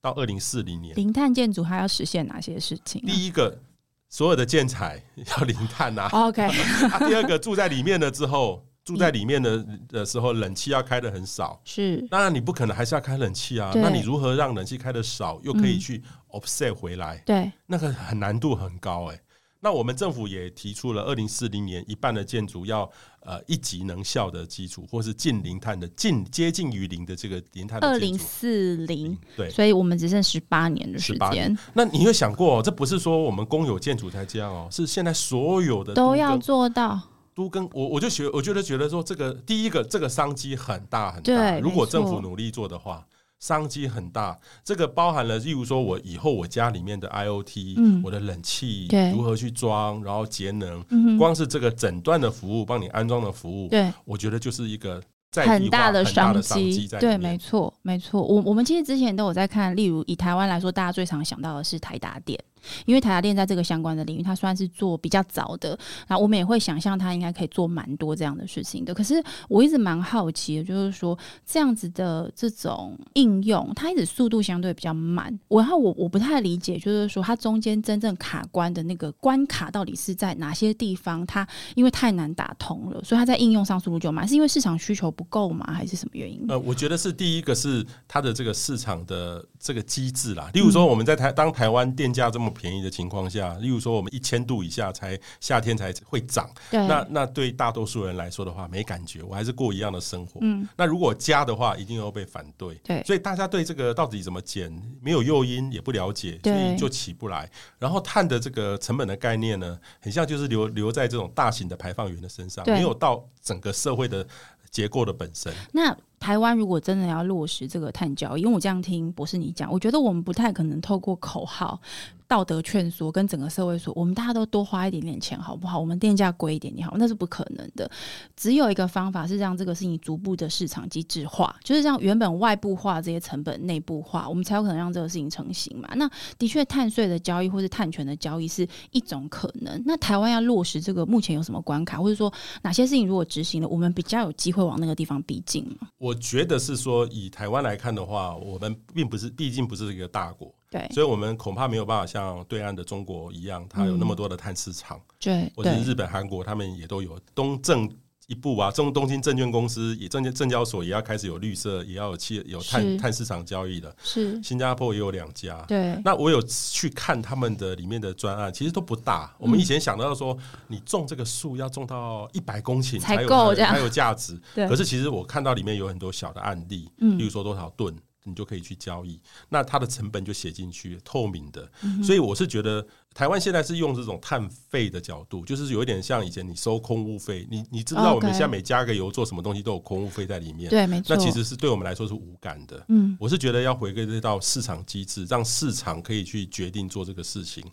Speaker 2: 到二零四零年。
Speaker 1: 零碳建筑还要实现哪些事情啊、
Speaker 2: 第一个，所有的建材要零碳呐、
Speaker 1: o k
Speaker 2: 啊 第二个，住在里面了之后，住在里面的的时候，冷气要开的很少。
Speaker 1: 是
Speaker 2: 当然，你不可能还是要开冷气啊。
Speaker 1: 对
Speaker 2: 那你如何让冷气开的少，又可以
Speaker 1: 嗯
Speaker 2: 去 offset 回来？
Speaker 1: 对，
Speaker 2: 那个很难度很高哎、那我们政府也提出了，二零四零年一半的建筑要呃一级能效的基础，或是近零碳的近接近于零的这个零碳
Speaker 1: 二
Speaker 2: 的建
Speaker 1: 零
Speaker 2: 筑。
Speaker 1: 四零，
Speaker 2: 对，
Speaker 1: 所以我们只剩十八年的时
Speaker 2: 18
Speaker 1: 间
Speaker 2: 年，那你有想过、哦，这不是说我们公有建筑才这样哦，是现在所有的
Speaker 1: 都
Speaker 2: 都
Speaker 1: 要
Speaker 2: 跟
Speaker 1: 做到。
Speaker 2: 都跟我我就觉我觉得觉得说这个第一个这个商机很大很大，
Speaker 1: 对
Speaker 2: 如果
Speaker 1: 没错
Speaker 2: 政府努力做的话，商机很大。这个包含了，例如说我以后我家里面的 IOT，、
Speaker 1: 嗯
Speaker 2: 我的冷气
Speaker 1: 对
Speaker 2: 如何去装，然后节能，
Speaker 1: 嗯哼，
Speaker 2: 光是这个诊断的服务，帮你安装的服务，
Speaker 1: 对，
Speaker 2: 我觉得就是一个在
Speaker 1: 很
Speaker 2: 大
Speaker 1: 大的
Speaker 2: 的商
Speaker 1: 机，
Speaker 2: 在
Speaker 1: 对，
Speaker 2: 里面
Speaker 1: 没错，没错。我我们其实之前都有在看，例如以台湾来说，大家最常想到的是台达电，因为台达电在这个相关的领域，它算是做比较早的，然后我们也会想象它应该可以做蛮多这样的事情的。可是我一直蛮好奇的，就是说这样子的这种应用，它一直速度相对比较慢。我然后我我不太理解，就是说它中间真正卡关的那个关卡到底是在哪些地方？它因为太难打通了，所以它在应用上速度就慢，是因为市场需求不够吗？还是什么原因？
Speaker 2: 呃，我觉得是第一个是它的这个市场的这个机制啦。例如
Speaker 1: 嗯
Speaker 2: 说，我们在台当台湾电价这么便宜的情况下，例如说我们一千度以下才夏天才会涨，
Speaker 1: 对，
Speaker 2: 那那对大多数人来说的话没感觉，我还是过一样的生活。
Speaker 1: 嗯，
Speaker 2: 那如果加的话，一定要被反对。
Speaker 1: 对，
Speaker 2: 所以大家对这个到底怎么减没有诱因，也不了解，所
Speaker 1: 对
Speaker 2: 以就起不来。然后碳的这个成本的概念呢，很像就是留留在这种大型的排放源的身上，
Speaker 1: 对
Speaker 2: 没有到整个社会的结构的本身。
Speaker 1: 那台湾如果真的要落实这个碳交易，因为我这样听博士你讲，我觉得我们不太可能透过口号道德劝说跟整个社会说，我们大家都多花一点点钱好不好？我们电价贵一点点好，那是不可能的。只有一个方法是让这个事情逐步的市场机制化，就是让原本外部化这些成本内部化，我们才有可能让这个事情成型嘛。那的确，碳税的交易或是碳权的交易是一种可能。那台湾要落实这个，目前有什么关卡，或者说哪些事情如果执行了，我们比较有机会往那个地方逼近嘛？
Speaker 2: 我觉得是说，以台湾来看的话，我们并不是，毕竟不是一个大国，
Speaker 1: 对
Speaker 2: 所以我们恐怕没有办法像对岸的中国一样，它有那么多的碳市场，
Speaker 1: 嗯对
Speaker 2: 或者是日本、韩国，他们也都有东证。一步啊，中东京证券公司也证券证交所也要开始有绿色，也要有企有碳
Speaker 1: 是
Speaker 2: 碳市场交易的。
Speaker 1: 是，
Speaker 2: 新加坡也有两家，
Speaker 1: 对
Speaker 2: 那我有去看他们的里面的专案，其实都不大。
Speaker 1: 嗯
Speaker 2: 我们以前想到说，你种这个树要种到一百公顷
Speaker 1: 才
Speaker 2: 有
Speaker 1: 够
Speaker 2: 它
Speaker 1: 这样
Speaker 2: 才有价值。
Speaker 1: 对
Speaker 2: 可是其实我看到里面有很多小的案例，
Speaker 1: 嗯
Speaker 2: 例如说多少吨，你就可以去交易，那它的成本就写进去，透明的。
Speaker 1: 嗯
Speaker 2: 所以我是觉得台湾现在是用这种碳费的角度，就是有一点像以前你收空污费，你你知道
Speaker 1: 哦
Speaker 2: 我们
Speaker 1: OK
Speaker 2: 现在每加个油做什么东西都有空污费在里面，
Speaker 1: 对，没错。
Speaker 2: 那其实是对我们来说是无感的。
Speaker 1: 嗯，
Speaker 2: 我是觉得要回归到市场机制，让市场可以去决定做这个事情。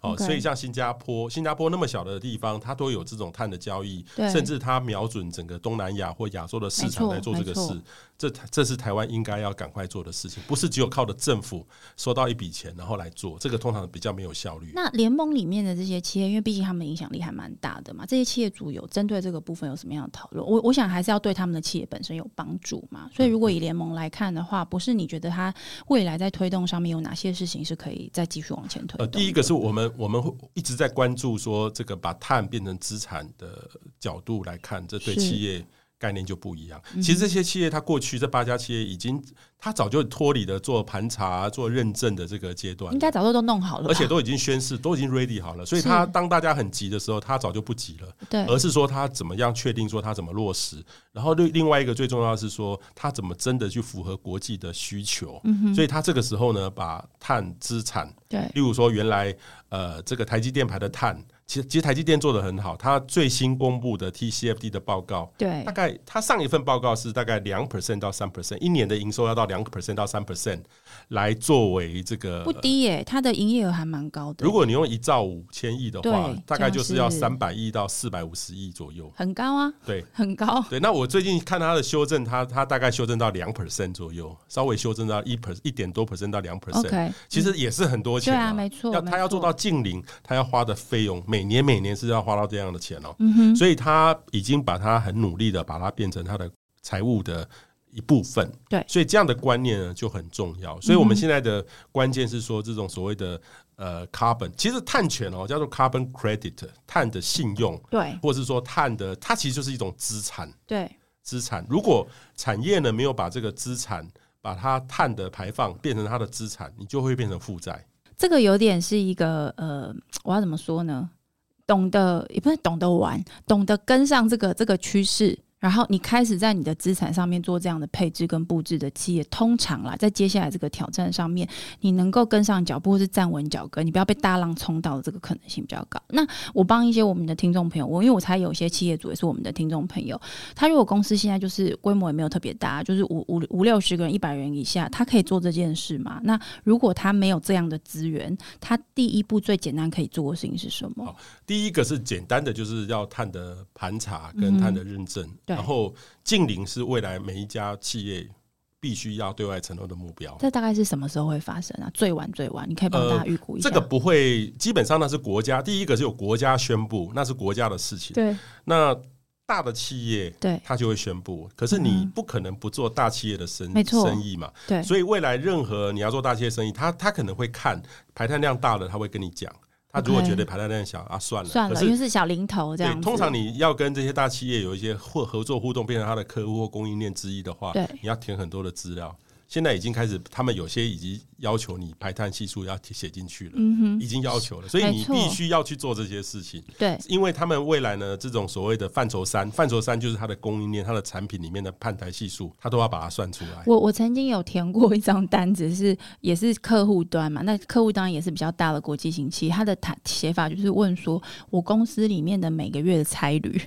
Speaker 2: 哦
Speaker 1: OK
Speaker 2: 所以像新加坡，新加坡那么小的地方，它都有这种碳的交易，
Speaker 1: 对
Speaker 2: 甚至它瞄准整个东南亚或亚洲的市场
Speaker 1: 没错
Speaker 2: 来做这个事
Speaker 1: 没。
Speaker 2: 这这是台湾应该要赶快做的事情，不是只有靠着政府收到一笔钱然后来做，这个通常比较没有效率。
Speaker 1: 那联盟里面的这些企业，因为毕竟他们影响力还蛮大的嘛，这些企业主有针对这个部分有什么样的讨论？我我想还是要对他们的企业本身有帮助嘛。所以
Speaker 2: 嗯
Speaker 1: 如果以联盟来看的话，不是你觉得它未来在推动上面有哪些事情是可以再继续往前推动
Speaker 2: 呃，
Speaker 1: 的？
Speaker 2: 第一个是我们我们会一直在关注说这个把碳变成资产的角度来看，这对
Speaker 1: 是嗯
Speaker 2: 企业概念就不一样。其实这些企业它过去这八家企业已经，它早就脱离了做盘查、做认证的这个阶段
Speaker 1: 应
Speaker 2: 了，
Speaker 1: 该早就都弄好了吧，
Speaker 2: 而且都已经宣誓，都已经 ready 好了。所以
Speaker 1: 嗯是
Speaker 2: 它当大家很急的时候，它早就不急了。
Speaker 1: 对
Speaker 2: 而是说他怎么样确定说他怎么落实，然后另另外一个最重要的是说他怎么真的去符合国际的需求，
Speaker 1: 嗯
Speaker 2: 所以他这个时候呢，把碳资产，
Speaker 1: 对
Speaker 2: 例如说原来呃这个台积电牌的碳，其实其实台积电做的很好，它最新公布的 TCFD 的报告。
Speaker 1: 对
Speaker 2: 大概它上一份报告是大概两 percent 到三 percent，一年的营收要到两 percent 到三 percent 来作为这个
Speaker 1: 不低耶、它的营业额还蛮高的
Speaker 2: 如，果你用一兆五千亿的话
Speaker 1: 对，
Speaker 2: 大概就是要
Speaker 1: 这
Speaker 2: 三
Speaker 1: 样
Speaker 2: 百亿到四百五十亿左右。
Speaker 1: 很高啊，
Speaker 2: 对
Speaker 1: 很高。
Speaker 2: 对，那我最近看他的修正，他他大概修正到两 percent 左右，稍微修正到一 per 一点多 percent 到两 percent。
Speaker 1: OK，
Speaker 2: 其实也是很多钱、
Speaker 1: 对啊没错
Speaker 2: 要
Speaker 1: 没
Speaker 2: 他要做
Speaker 1: 错
Speaker 2: 到近零，他要花的费用每年每年是要花到这样的钱哦。嗯、所以他已经把它很努力的把它变成他的财务的一部分。
Speaker 1: 对嗯
Speaker 2: 所以这样的观念呢就很重要。所以我们现在的关键是说，这种所谓的呃 carbon，其实碳权哦叫做 carbon credit，碳的信用，
Speaker 1: 对
Speaker 2: 或是说碳的，它其实就是一种资产。
Speaker 1: 对
Speaker 2: 资产。如果产业呢没有把这个资产，把它碳的排放变成它的资产，你就会变成负债。
Speaker 1: 这个有点是一个呃，我要怎么说呢？懂得也不是懂得玩，懂得跟上这个这个趋势，然后你开始在你的资产上面做这样的配置跟布置的企业，通常啦，在接下来这个挑战上面，你能够跟上脚步或是站稳脚跟，你不要被大浪冲到的这个可能性比较高。那我帮一些我们的听众朋友，我因为我猜有些企业主也是我们的听众朋友，他如果公司现在就是规模也没有特别大，就是五五五六十个人、一百人以下，他可以做这件事吗？那如果他没有这样的资源，他第一步最简单可以做的事情是什么
Speaker 2: 好？第一个是简单的，就是要碳的盘查跟碳的认证，
Speaker 1: 嗯对
Speaker 2: 然后净零是未来每一家企业必须要对外承诺的目标。
Speaker 1: 这大概是什么时候会发生啊？最晚最晚，你可以帮大家预估一下。
Speaker 2: 呃这个不会，基本上那是国家。第一个是有国家宣布，那是国家的事情。
Speaker 1: 对
Speaker 2: 那大的企业
Speaker 1: 对
Speaker 2: 它就会宣布，可是你不可能不做大企业的生、
Speaker 1: 嗯没错
Speaker 2: 生意嘛。
Speaker 1: 对，
Speaker 2: 所以未来任何你要做大企业生意，他他可能会看排碳量大的，他会跟你讲。他如果
Speaker 1: OK
Speaker 2: 觉得排碳量小啊，算了，
Speaker 1: 算了，
Speaker 2: 可
Speaker 1: 因为
Speaker 2: 是
Speaker 1: 是小零头这样子。
Speaker 2: 对，通常你要跟这些大企业有一些或合作互动，变成他的客户或供应链之一的话，
Speaker 1: 对
Speaker 2: 你要填很多的资料。现在已经开始，他们有些已经要求你排碳系数要写进去了，已经要求了，所以
Speaker 1: 嗯
Speaker 2: 你
Speaker 1: 没错
Speaker 2: 必须要去做这些事情。
Speaker 1: 对
Speaker 2: 因为他们未来呢，这种所谓的范畴三，范畴三就是它的供应链、它的产品里面的碳排系数，它都要把它算出来。
Speaker 1: 我我曾经有填过一张单子是，也是客户端嘛，那客户端也是比较大的 国际型企业，它的谈写法就是问说我公司里面的每个月的差旅。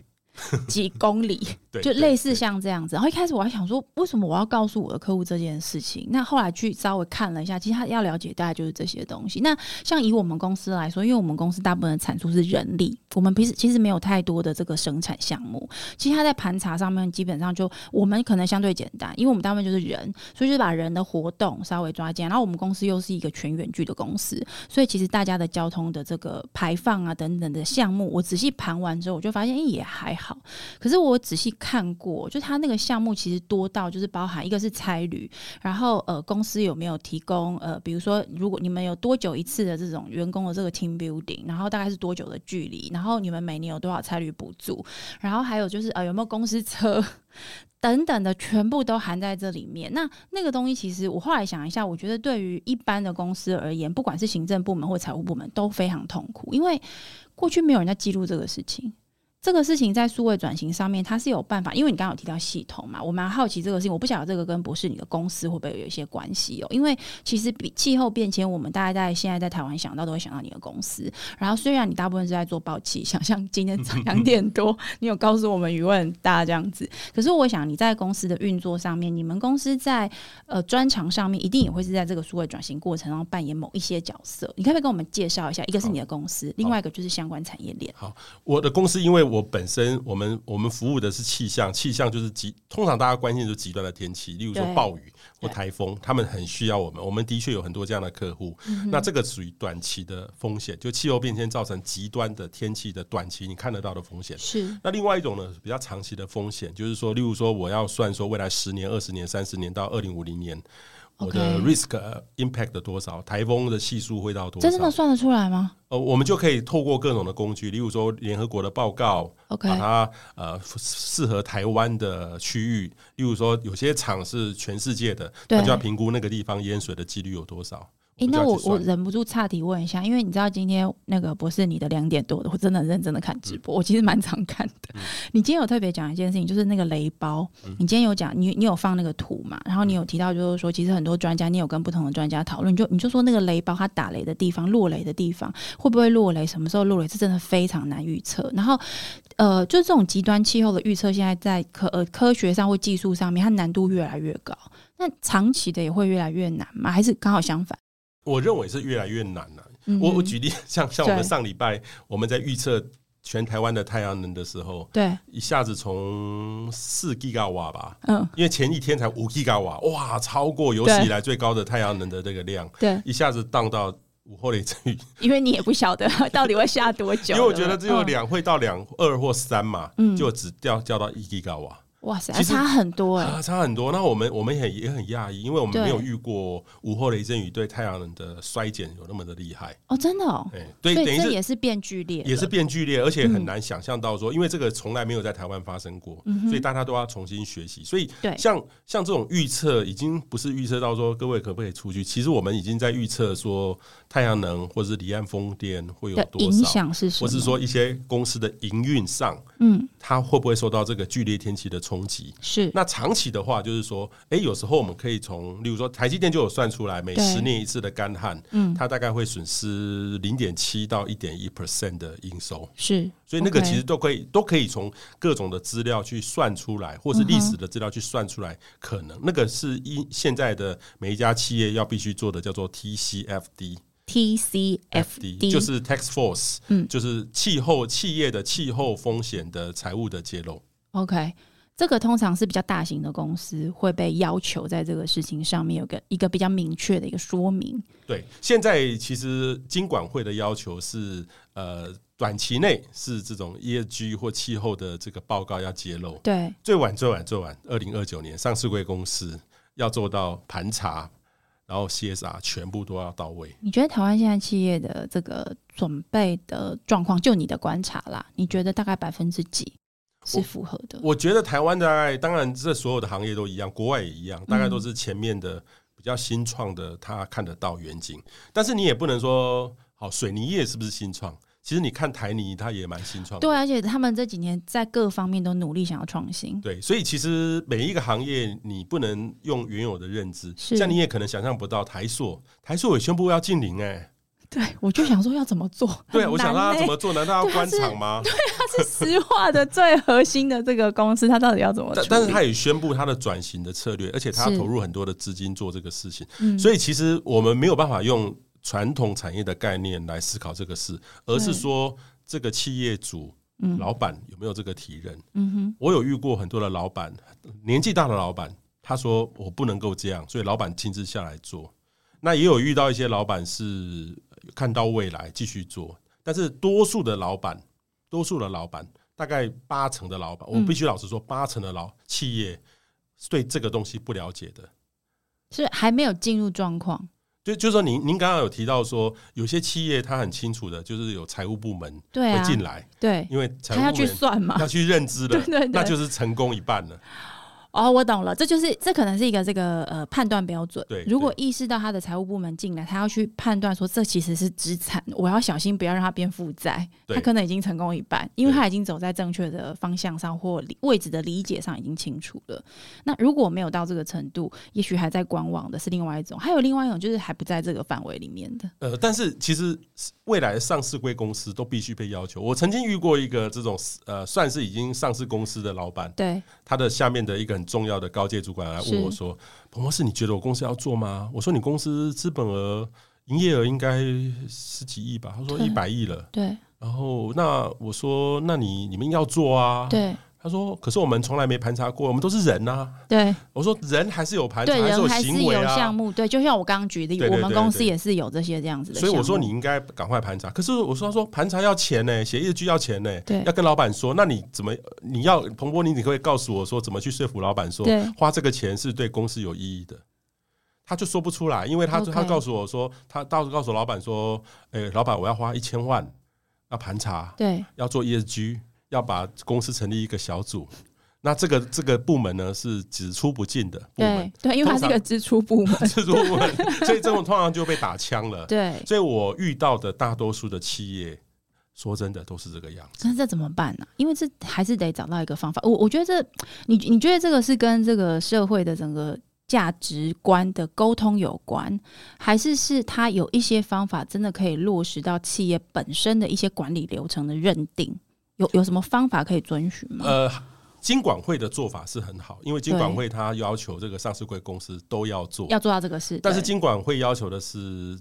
Speaker 1: 几公里，
Speaker 2: 对，
Speaker 1: 就
Speaker 2: 对
Speaker 1: 类似
Speaker 2: 对
Speaker 1: 像这样子。然后一开始我还想说，为什么我要告诉我的客户这件事情？那后来去稍微看了一下，其实他要了解大概就是这些东西。那像以我们公司来说，因为我们公司大部分的产出是人力，我们平时其实没有太多的这个生产项目。其实他在盘查上面基本上就我们可能相对简单，因为我们大部分就是人，所以就是把人的活动稍微抓进来。然后我们公司又是一个全远距的公司，所以其实大家的交通的这个排放啊等等的项目，我仔细盘完之后，我就发现、诶也还好。可是我仔细看过，就它那个项目其实多到就是包含一个是差旅，然后呃公司有没有提供呃比如说如果你们有多久一次的这种员工的这个 team building，然后大概是多久的距离，然后你们每年有多少差旅补助，然后还有就是呃有没有公司车 等等的，全部都含在这里面。那那个东西其实我后来想一下，我觉得对于一般的公司而言，不管是行政部门或财务部门都非常痛苦，因为过去没有人在记录这个事情。这个事情在数位转型上面，它是有办法，因为你刚刚有提到系统嘛，我蛮好奇这个事情，我不晓得这个跟博士你的公司会不会有一些关系哦？因为其实比气候变迁，我们大概在现在在台湾想到都会想到你的公司，然后虽然你大部分是在做报气象，像今天早两点多，你有告诉我们余问大这样子，可是我想你在公司的运作上面，你们公司在呃专长上面一定也会是在这个数位转型过程中扮演某一些角色，你可不可以跟我们介绍一下？一个是你的公司，另外一个就是相关产业链。
Speaker 2: 我的公司，因为我本身我们我们服务的是气象，气象就是极，通常大家关心的就是极端的天气，例如说
Speaker 1: 对
Speaker 2: 暴雨或
Speaker 1: 对
Speaker 2: 台风，他们很需要我们。我们的确有很多这样的客户，
Speaker 1: 嗯
Speaker 2: 那这个属于短期的风险，就气候变迁造成极端的天气的短期你看得到的风险。
Speaker 1: 是
Speaker 2: 那另外一种呢，比较长期的风险，就是说，例如说，我要算说未来十年、二十年、三十年到二零五零年，我的
Speaker 1: OK
Speaker 2: risk 呃 impact 的多少，台风的系数会到多少？
Speaker 1: 这真的算得出来吗
Speaker 2: 呃，我们就可以透过各种的工具，例如说联合国的报告，
Speaker 1: ？OK，
Speaker 2: 把它呃适合台湾的区域，例如说有些厂是全世界的，
Speaker 1: 对
Speaker 2: 那就要评估那个地方淹水的几率有多少。
Speaker 1: 诶，
Speaker 2: 们就
Speaker 1: 那
Speaker 2: 要
Speaker 1: 我
Speaker 2: 去
Speaker 1: 我
Speaker 2: 算
Speaker 1: 忍不住岔题问一下，因为你知道今天那个博士你的两点多的，我真的很认真的看直播，我其实蛮常看的。你今天有特别讲一件事情，就是那个雷包，你今天有讲，你你有放那个图嘛？然后你有提到就是说，其实很多专家，你有跟不同的专家讨论，你就你就说那个雷包它打雷的地方，落雷的地方会不会落雷，什么时候落雷，这真的非常难预测。然后呃，就这种极端气候的预测，现在在科呃科学上或技术上面，它难度越来越高。那长期的也会越来越难吗？还是刚好相反？
Speaker 2: 我认为是越来越难了、
Speaker 1: 嗯
Speaker 2: 我我
Speaker 1: 哼
Speaker 2: 举例， 像像我们
Speaker 1: 对
Speaker 2: 上礼拜我们在预测全台湾的太阳能的时候，
Speaker 1: 对，
Speaker 2: 一下子从四 g 瓦瓦吧，
Speaker 1: 嗯，
Speaker 2: 因为前一天才五 g 瓦，哇，超过有史
Speaker 1: 对
Speaker 2: 以来最高的太阳能的这个量，
Speaker 1: 对，
Speaker 2: 一下子荡到午后雷阵雨
Speaker 1: 因为你也不 晓得到底会下多久，
Speaker 2: 因为我觉得只
Speaker 1: 这
Speaker 2: 有、两会到两二或三嘛，
Speaker 1: 嗯
Speaker 2: 就只掉掉到一 g 瓦
Speaker 1: 嗯哇塞，
Speaker 2: 其实
Speaker 1: 差很多 哎、
Speaker 2: 啊，差很多。那我们我们也也很讶异，因为我们
Speaker 1: 对
Speaker 2: 没有遇过午后雷阵雨对太阳能的衰减有那么的厉害，
Speaker 1: 哦，真的哦，
Speaker 2: 哎、
Speaker 1: 所
Speaker 2: 对，
Speaker 1: 以
Speaker 2: 等于
Speaker 1: 这
Speaker 2: 是
Speaker 1: 也是变剧烈了，
Speaker 2: 也是变剧烈，而且
Speaker 1: 嗯
Speaker 2: 很难想象到说，因为这个从来没有在台湾发生过，
Speaker 1: 嗯哼
Speaker 2: 所以大家都要重新学习。所以
Speaker 1: 对
Speaker 2: 像像这种预测，已经不是预测到说各位可不可以出去，其实我们已经在预测说太阳能或是离岸风电会有
Speaker 1: 的
Speaker 2: 多
Speaker 1: 影
Speaker 2: 少。
Speaker 1: 响是什
Speaker 2: 或
Speaker 1: 么？
Speaker 2: 是说一些公司的营运上，
Speaker 1: 嗯，
Speaker 2: 它会不会受到这个剧烈天气的冲击？
Speaker 1: 是
Speaker 2: 那长期的话，就是说，诶，有时候我们可以从，例如说，台积电就有算出来，每
Speaker 1: 对
Speaker 2: 十年一次的干旱，
Speaker 1: 嗯
Speaker 2: 它大概会损失零点七到一点一 percent 的营收，
Speaker 1: 是，
Speaker 2: 所以那个
Speaker 1: OK
Speaker 2: 其实都可以都可以从各种的资料去算出来，或是历
Speaker 1: 嗯
Speaker 2: 史的资料去算出来，可能那个是一现在的每一家企业要必须做的叫做 TCFD。
Speaker 1: TCFD
Speaker 2: FD 就是 Tax Force，
Speaker 1: 嗯
Speaker 2: 就是气候企业的气候风险的财务的揭露。
Speaker 1: OK。这个通常是比较大型的公司会被要求在这个事情上面有个一个比较明确的一个说明。
Speaker 2: 对，现在其实金管会的要求是，呃，短期内是这种 ESG 或气候的这个报告要揭露，
Speaker 1: 对，
Speaker 2: 最晚最晚最晚二零二九年上市贵公司要做到盘查，然后 CSR 全部都要到位。
Speaker 1: 你觉得台湾现在企业的这个准备的状况，就你的观察啦，你觉得大概百分之几是
Speaker 2: 我
Speaker 1: 符合的？
Speaker 2: 我觉得台湾大概，当然这所有的行业都一样，国外也一样，大概都
Speaker 3: 嗯
Speaker 2: 是前面的比较新创的，他看得到远景。但是你也不能说，好水泥业是不是新创？其实你看台泥，它也蛮新创的。
Speaker 1: 对，而且他们这几年在各方面都努力想要创新。
Speaker 2: 对，所以其实每一个行业，你不能用原有的认知，
Speaker 1: 是
Speaker 2: 像你也可能想象不到台塑，台塑也宣布要禁零哎、
Speaker 3: 对，我就想说要怎么做？
Speaker 2: 对，啊
Speaker 3: 很
Speaker 2: 我想
Speaker 3: 难
Speaker 2: 让他
Speaker 3: 嘞
Speaker 2: 怎么做？难道要
Speaker 3: 对他啊
Speaker 2: 关
Speaker 3: 是
Speaker 2: 厂吗？
Speaker 3: 它是石化的最核心的这个公司，它到底要怎么处
Speaker 2: 但
Speaker 3: 理？
Speaker 2: 但是他也宣布他的转型的策略，而且他
Speaker 3: 是
Speaker 2: 投入很多的资金做这个事情，
Speaker 3: 嗯
Speaker 2: 所以其实我们没有办法用传统产业的概念来思考这个事，而是说这个企业主、
Speaker 3: 嗯
Speaker 2: 老板有没有这个提人。
Speaker 3: 嗯哼，
Speaker 2: 我有遇过很多的老板，年纪大的老板，他说我不能够这样，所以老板亲自下来做。那也有遇到一些老板是看到未来继续做，但是多数的老板，多数的老板，大概八成的老板，我
Speaker 3: 嗯
Speaker 2: 必须老实说，八成的老企业是对这个东西不了解的。
Speaker 1: 是还没有进入状况，
Speaker 2: 就就是说您，您刚刚有提到说，有些企业他很清楚的，就是有财务部门
Speaker 1: 对
Speaker 2: 会
Speaker 1: 啊，
Speaker 2: 进来，
Speaker 1: 对，
Speaker 2: 因为财务
Speaker 3: 他要
Speaker 2: 部
Speaker 3: 去
Speaker 2: 门
Speaker 3: 算嘛
Speaker 2: 要？去认知的，
Speaker 3: 对对对
Speaker 2: 那就是成功一半了。
Speaker 1: 哦，我懂了，这就是这可能是一个这个呃判断标准。
Speaker 2: 对
Speaker 1: 如果
Speaker 2: 对
Speaker 1: 意识到他的财务部门进来，他要去判断说这其实是资产，我要小心不要让它变负债。
Speaker 2: 对
Speaker 1: 他可能已经成功一半，因为
Speaker 2: 对
Speaker 1: 他已经走在正确的方向上或理位置的理解上已经清楚了。那如果没有到这个程度，也许还在观望的是另外一种，还有另外一种就是还不在这个范围里面的。
Speaker 2: 呃，但是其实未来上市贵公司都必须被要求。我曾经遇过一个这种呃，算是已经上市公司的老板，
Speaker 1: 对，
Speaker 2: 他的下面的一个很重要的高阶主管来问我
Speaker 1: 是
Speaker 2: 说：“彭博士，你觉得我公司要做吗？”我说：“你公司资本额、营业额应该十几亿吧？”他说：“
Speaker 1: 对
Speaker 2: 一百亿了。
Speaker 1: 对，”
Speaker 2: 然后那我说：“那你你们要做啊？”
Speaker 1: 对，
Speaker 2: 他说：“可是我们从来没盘查过，我们都是人呐、
Speaker 1: 对，
Speaker 2: 我说：“人还是有盘查，
Speaker 1: 对，
Speaker 2: 有
Speaker 1: 人还是
Speaker 2: 行为
Speaker 1: 有
Speaker 2: 啊。”
Speaker 1: 项目，对，就像我刚刚举例，
Speaker 2: 对对
Speaker 1: 我们
Speaker 2: 对
Speaker 1: 公
Speaker 2: 对
Speaker 1: 司也是有这些这样子的
Speaker 2: 所
Speaker 1: 项
Speaker 2: 以
Speaker 1: 目。
Speaker 2: 我说你应该赶快盘查，可是我说他说盘查要钱呢、写日剧要钱呢、
Speaker 1: 对
Speaker 2: 要跟老板说，那你怎么你要彭博你你可不可以告诉我说怎么去说服老板说
Speaker 1: 对
Speaker 2: 花这个钱是对公司有意义的？他就说不出来，因为他
Speaker 1: OK
Speaker 2: 他告诉我说他到告诉老板说，诶、老板我要花一千万要盘查，
Speaker 1: 对，
Speaker 2: 要做 ESG，要把公司成立一个小组。那这个这个部门呢是只出不进的部门
Speaker 1: 对，，对，因为它是一
Speaker 2: 通
Speaker 1: 个支出部 门。
Speaker 2: 只出不门，所以这种通常就被打枪了。
Speaker 1: 对，
Speaker 2: 所以我遇到的大多数的企业，说真的都是这个样子。
Speaker 1: 那这怎么办呢、因为这还是得找到一个方法。我我觉得这，你你觉得这个是跟这个社会的整个价值观的沟通有关，还是是它有一些方法真的可以落实到企业本身的一些管理流程的认定？有有什么方法可以遵循吗？
Speaker 2: 呃，金管会的做法是很好，因为金管会它要求这个上市贵公司都要做，
Speaker 1: 要做到这个事，
Speaker 2: 但是
Speaker 1: 对
Speaker 2: 金管会要求的是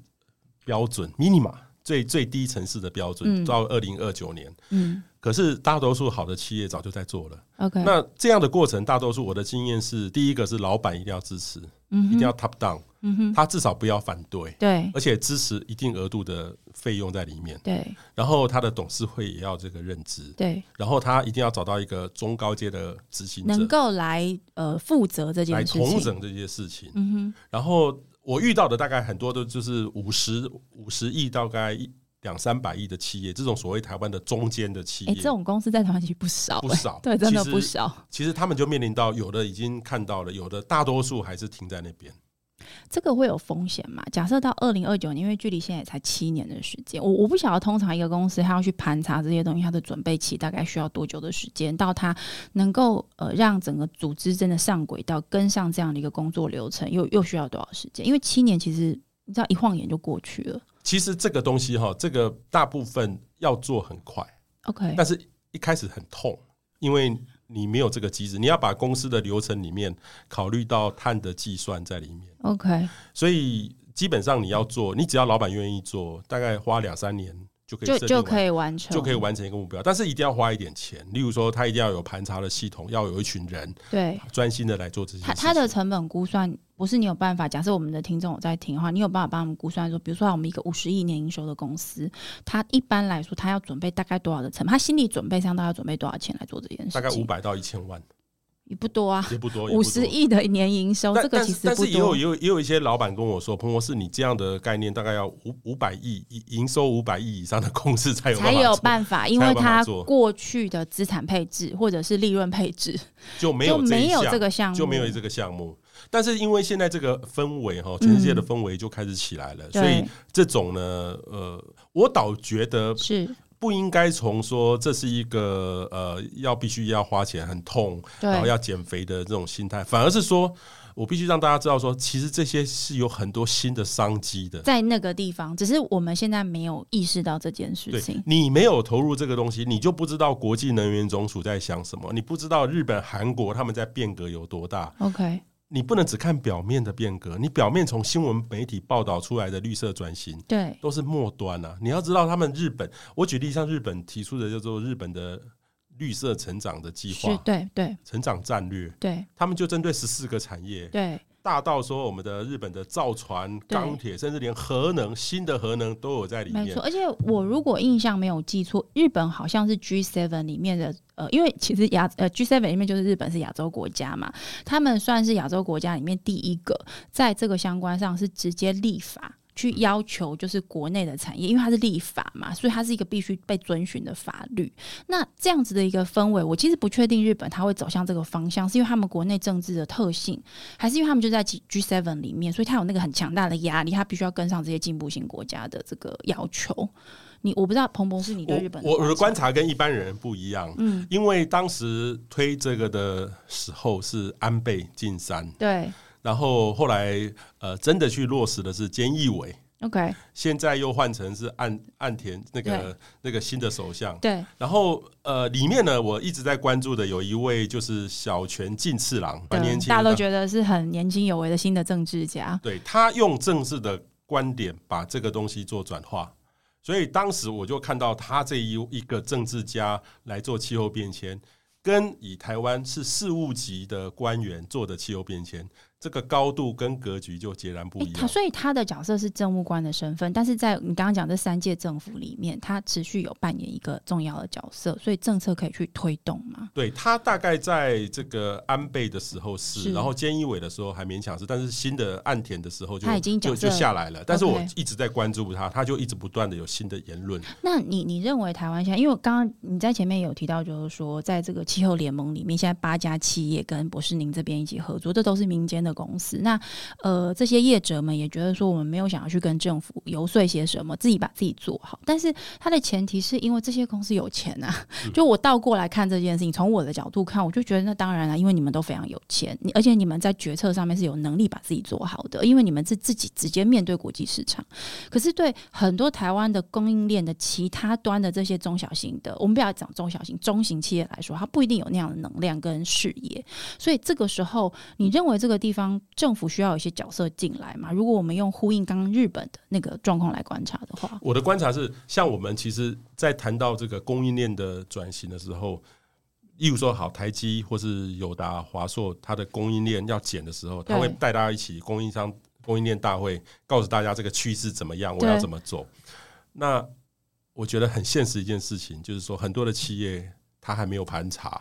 Speaker 2: 标准 minima 最最低层次的标准，
Speaker 1: 嗯
Speaker 2: 到二零二九年。
Speaker 1: 嗯
Speaker 2: 可是大多数好的企业早就在做了。
Speaker 1: ，OK，
Speaker 2: 那这样的过程，大多数我的经验是，第一个是老板一定要支持，
Speaker 1: 嗯
Speaker 2: 一
Speaker 1: 哼
Speaker 2: 定要 top down，
Speaker 1: 嗯哼，
Speaker 2: 他至少不要反对，
Speaker 1: 对
Speaker 2: 而且支持一定额度的费用在里面。
Speaker 1: 对
Speaker 2: 然后他的董事会也要这个认知，
Speaker 1: 对，
Speaker 2: 然后他一定要找到一个中高阶的执行
Speaker 1: 能
Speaker 2: 者
Speaker 1: 够来呃负责这件
Speaker 2: 来
Speaker 1: 事情，
Speaker 2: 统整这些事情。
Speaker 1: 嗯
Speaker 2: 然后我遇到的大概很多都就是五十五十亿，大概一两三百亿的企业，这种所谓台湾的中间的企
Speaker 1: 哼，哎、
Speaker 2: 业，
Speaker 1: 这种公司在台湾其实不少、
Speaker 2: 不
Speaker 1: 哎
Speaker 2: 少
Speaker 1: 对，真的
Speaker 2: 其实
Speaker 1: 不少。
Speaker 2: 其实他们就面临到有的已经看到了，有的大多数还是停在那边。
Speaker 1: 这个会有风险嘛？假设到二零二九年，因为距离现在也才七年的时间，我我不晓得通常一个公司它要去盘查这些东西，它的准备期大概需要多久的时间，到它能够呃让整个组织真的上轨道，跟上这样的一个工作流程，又又需要多少时间？因为七年其实你知道一晃眼就过去了。
Speaker 2: 其实这个东西哈，这个大部分要做很快，
Speaker 1: OK，
Speaker 2: 但是一开始很痛，因为你没有这个机制，你要把公司的流程里面考虑到碳的计算在里面，
Speaker 1: OK，
Speaker 2: 所以基本上你要做，你只要老板愿意做，大概花两三年就可以
Speaker 1: 就
Speaker 2: 设定
Speaker 1: 就
Speaker 2: 完
Speaker 1: 可以完成，
Speaker 2: 就可以完成一个目标，但是一定要花一点钱，例如说他一定要有盘查的系统，要有一群人
Speaker 1: 对。
Speaker 2: 专心的来做这些事
Speaker 1: 它
Speaker 2: 情。
Speaker 1: 它的成本估算不是你有办法。假设我们的听众有在听的话，你有办法帮我们估算说，比如说我们一个五十亿年营收的公司，它一般来说它要准备大概多少的成本？它心理准备上大概要准备多少钱来做这件事情？
Speaker 2: 大概五百到一千万，
Speaker 1: 也不多啊，
Speaker 2: 也不多，也不
Speaker 1: 五
Speaker 2: 多
Speaker 1: 十。亿的年营收，
Speaker 2: 但
Speaker 1: 哦这个
Speaker 2: 但
Speaker 1: 其
Speaker 2: 是
Speaker 1: 实
Speaker 2: 但
Speaker 1: 不
Speaker 2: 是也有
Speaker 1: 多
Speaker 2: 也。有也有一些老板跟我说，彭博士，你这样的概念大概要五五百亿营营收五百亿以上的公司才有
Speaker 1: 才
Speaker 2: 办法
Speaker 1: 有
Speaker 2: 做
Speaker 1: 办法，因为
Speaker 2: 才有办法
Speaker 1: 它
Speaker 2: 做
Speaker 1: 过去的资产配置或者是利润配置
Speaker 2: 就没
Speaker 1: 就
Speaker 2: 有这
Speaker 1: 没
Speaker 2: 一
Speaker 1: 有
Speaker 2: 项
Speaker 1: 这个项目，嗯
Speaker 2: 就没有这个项目。但是因为现在这个氛围哈，全世界的氛围就开始起来了，所以
Speaker 1: 对
Speaker 2: 这种呢，呃，我倒觉得
Speaker 1: 是
Speaker 2: 不应该从说这是一个呃要必须要花钱很痛，
Speaker 1: 对
Speaker 2: 然后要减肥的这种心态，反而是说我必须让大家知道说，其实这些是有很多新的商机的。
Speaker 1: 在那个地方，只是我们现在没有意识到这件事
Speaker 2: 对
Speaker 1: 情。
Speaker 2: 你没有投入这个东西，你就不知道国际能源总署在想什么，你不知道日本、韩国他们在变革有多大。
Speaker 1: OK，
Speaker 2: 你不能只看表面的变革，你表面从新闻媒体报道出来的绿色转型
Speaker 1: 对，
Speaker 2: 都是末端啊。你要知道，他们日本，我举例，像日本提出的叫做日本的绿色成长的计
Speaker 1: 是，
Speaker 2: 划、
Speaker 1: 对，对，
Speaker 2: 成长战略，
Speaker 1: 对，
Speaker 2: 他们就针对十四个产业，
Speaker 1: 对，
Speaker 2: 大到说我们的日本的造船、
Speaker 1: 对
Speaker 2: 钢铁，甚至连核能、新的核能都有在里
Speaker 1: 没
Speaker 2: 面
Speaker 1: 错。。而且我如果印象没有记错，日本好像是 G7 里面的呃，因为其实亚呃 G7 里面就是日本是亚洲国家嘛，他们算是亚洲国家里面第一个在这个相关上是直接立法。
Speaker 2: 嗯
Speaker 1: 去要求就是国内的产业，因为它是立法嘛，所以它是一个必须被遵循的法律。那这样子的一个氛围，我其实不确定日本它会走向这个方向，是因为他们国内政治的特性，还是因为他们就在 G G seven 里面，所以他有那个很强大的压力，他必须要跟上这些进步型国家的这个要求。你我不知道彭博是你对日本
Speaker 2: 我我的观
Speaker 1: 察，
Speaker 2: 察跟一般人不一样，
Speaker 1: 嗯，
Speaker 2: 因为当时推这个的时候是安倍晋三，
Speaker 1: 对
Speaker 2: 然后后来呃真的去落实的是菅义伟，
Speaker 1: ，OK，
Speaker 2: 现在又换成是岸岸田那个那个新的首相。
Speaker 1: 对
Speaker 2: 然后呃，里面呢，我一直在关注的有一位就是小泉进次郎，蛮年
Speaker 1: 对，
Speaker 2: 轻的，
Speaker 1: 大家都觉得是很年轻有为的新的政治家，
Speaker 2: 对他用政治的观点把这个东西做转化。所以当时我就看到他这一一个政治家来做气候变迁，跟以台湾是事务级的官员做的气候变迁，这个高度跟格局就截然不
Speaker 1: 诶
Speaker 2: 一
Speaker 1: 他
Speaker 2: 样。
Speaker 1: 所以他的角色是政务官的身份，但是在你刚刚讲这三届政府里面，他持续有扮演一个重要的角色，所以政策可以去推动嘛？
Speaker 2: 对他大概在这个安倍的时候是，
Speaker 1: 是
Speaker 2: 然后菅义伟的时候还勉强是，但是新的岸田的时候就
Speaker 1: 他已经
Speaker 2: 就
Speaker 1: 角色
Speaker 2: 就下来了。但是我
Speaker 1: OK
Speaker 2: 一直在关注他，他就一直不断的有新的言论。
Speaker 1: 那你你认为台湾现在，因为刚刚你在前面有提到，就是说在这个气候联盟里面，现在八家企业跟博士宁这边一起合作，这都是民间的公司。那呃，这些业者们也觉得说，我们没有想要去跟政府游说些什么，自己把自己做好。但是它的前提是因为这些公司有钱啊，就我倒过来看这件事情，从我的角度看，我就觉得那当然啊了，因为你们都非常有钱，你而且你们在决策上面是有能力把自己做好的，因为你们是自己直接面对国际市场。可是对很多台湾的供应链的其他端的这些中小型的，我们不要讲中小型、中型企业来说，它不一定有那样的能量跟视野。所以这个时候，你认为这个地方政府需要有一些角色进来吗？如果我们用呼应刚刚日本的那个状况来观察的话，
Speaker 2: 我的观察是，像我们其实，在谈到这个供应链的转型的时候，例如说好台积或是友达、华硕，它的供应链要减的时候，
Speaker 1: 对
Speaker 2: 他会带大家一起供应商供应链大会，告诉大家这个趋势怎么样，我
Speaker 1: 对
Speaker 2: 要怎么走。那我觉得很现实一件事情，就是说很多的企业它还没有盘查，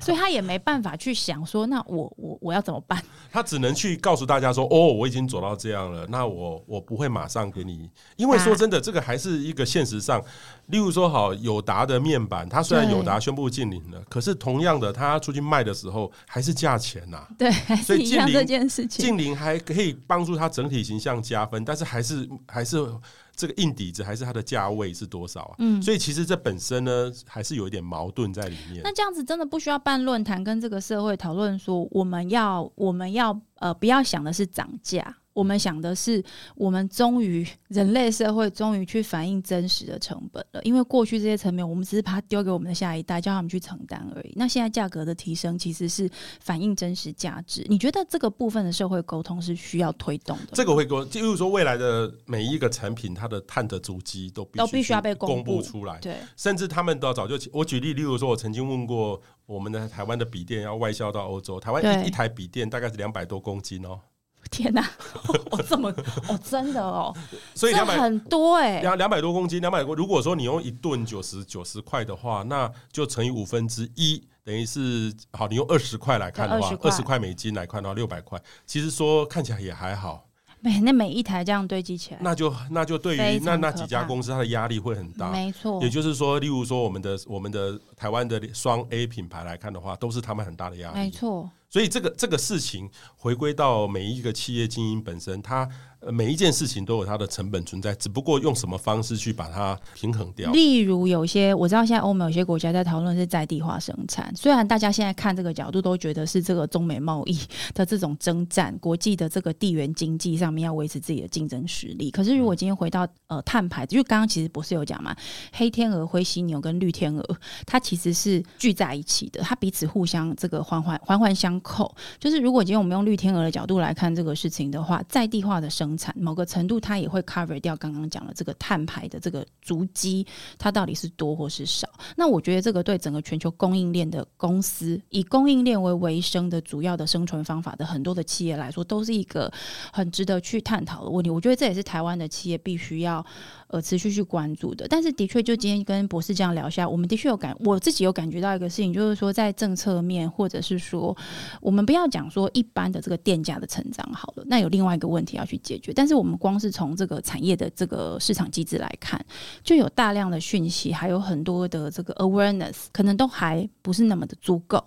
Speaker 1: 所以他也没办法去想说，那我我我要怎么办？
Speaker 2: 它只能去告诉大家说，哦，我已经走到这样了，那我我不会马上给你，因为
Speaker 1: 啊
Speaker 2: 说真的，这个还是一个现实上，例如说好友达的面板，它虽然
Speaker 1: 对
Speaker 2: 友达宣布禁令了，可是同样的，它出去卖的时候还是价钱呐、
Speaker 1: 对，还
Speaker 2: 所
Speaker 1: 是
Speaker 2: 以
Speaker 1: 一
Speaker 2: 近
Speaker 1: 样
Speaker 2: 邻
Speaker 1: 这件事情。
Speaker 2: 禁令还可以帮助它整体形象加分，但是还是还是这个硬底子，还是它的价位是多少啊？
Speaker 1: 嗯
Speaker 2: 所以其实这本身呢，还是有一点矛盾在里面。
Speaker 1: 那这样子真的不需要办论坛跟这个社会讨论说，我们要我们要呃不要想的是涨价，我们想的是我们终于人类社会终于去反映真实的成本了，因为过去这些成本我们只是把它丢给我们的下一代，叫他们去承担而已。那现在价格的提升其实是反映真实价值，你觉得这个部分的社会沟通是需要推动的吗？
Speaker 2: 这个会公，就是说未来的每一个产品，它的碳的足迹都必
Speaker 1: 都必须要被公
Speaker 2: 公
Speaker 1: 布
Speaker 2: 布出来，
Speaker 1: 对
Speaker 2: 甚至他们都早就起。我举例，例如说，我曾经问过我们的台湾的笔电要外销到欧洲，台湾
Speaker 1: 对
Speaker 2: 一一台笔电大概是两百多公斤哦，
Speaker 1: 天哪、哦这么哦真的哦，
Speaker 2: 所以
Speaker 1: 这
Speaker 2: 两百
Speaker 1: 很多哎、
Speaker 2: 两两百多公斤，两百多。如果说你用一吨九十九十块的话，那就乘以五分之一，等于是好，你用二十块来看的话
Speaker 1: 对20，块
Speaker 2: 二十块美金来看的话，六百块，其实说看起来也还好。
Speaker 1: 每那每一台这样堆积起来，
Speaker 2: 那就那就对于
Speaker 1: 非
Speaker 2: 那
Speaker 1: 常
Speaker 2: 那
Speaker 1: 可
Speaker 2: 几家
Speaker 1: 怕
Speaker 2: 公司，它的压力会很大。
Speaker 1: 没错，
Speaker 2: 也就是说，例如说我们的我们的台湾的双 A 品牌来看的话，都是他们很大的压
Speaker 1: 没
Speaker 2: 力。
Speaker 1: 错，
Speaker 2: 所以这个这个事情回归到每一个企业经营本身，它呃每一件事情都有它的成本存在，只不过用什么方式去把它平衡掉。
Speaker 1: 例如，有些我知道现在欧美有些国家在讨论是在地化生产，虽然大家现在看这个角度都觉得是这个中美贸易的这种征战，国际的这个地缘经济上面要维持自己的竞争实力。可是，如果今天回到呃碳排，就刚刚其实不是有讲嘛，黑天鹅、灰犀牛跟绿天鹅，它其实是聚在一起的，它彼此互相这个环环环环相扣。就是如果今天我们用绿天鹅的角度来看这个事情的话，在地化的生产某个程度它也会 cover 掉刚刚讲的这个碳排的这个足迹，它到底是多或是少。那我觉得这个对整个全球供应链的公司，以供应链为为生的主要的生存方法的很多的企业来说，都是一个很值得去探讨的问题。我觉得这也是台湾的企业必须要呃持续去关注的。但是的确，就今天跟博士这样聊下，我们的确有感，我自己有感觉到一个事情，就是说在政策面，或者是说我们不要讲说一般的这个电价的成长好了，那有另外一个问题要去解决。但是我们光是从这个产业的这个市场机制来看，就有大量的讯息，还有很多的这个 awareness，可能都还不是那么的足够。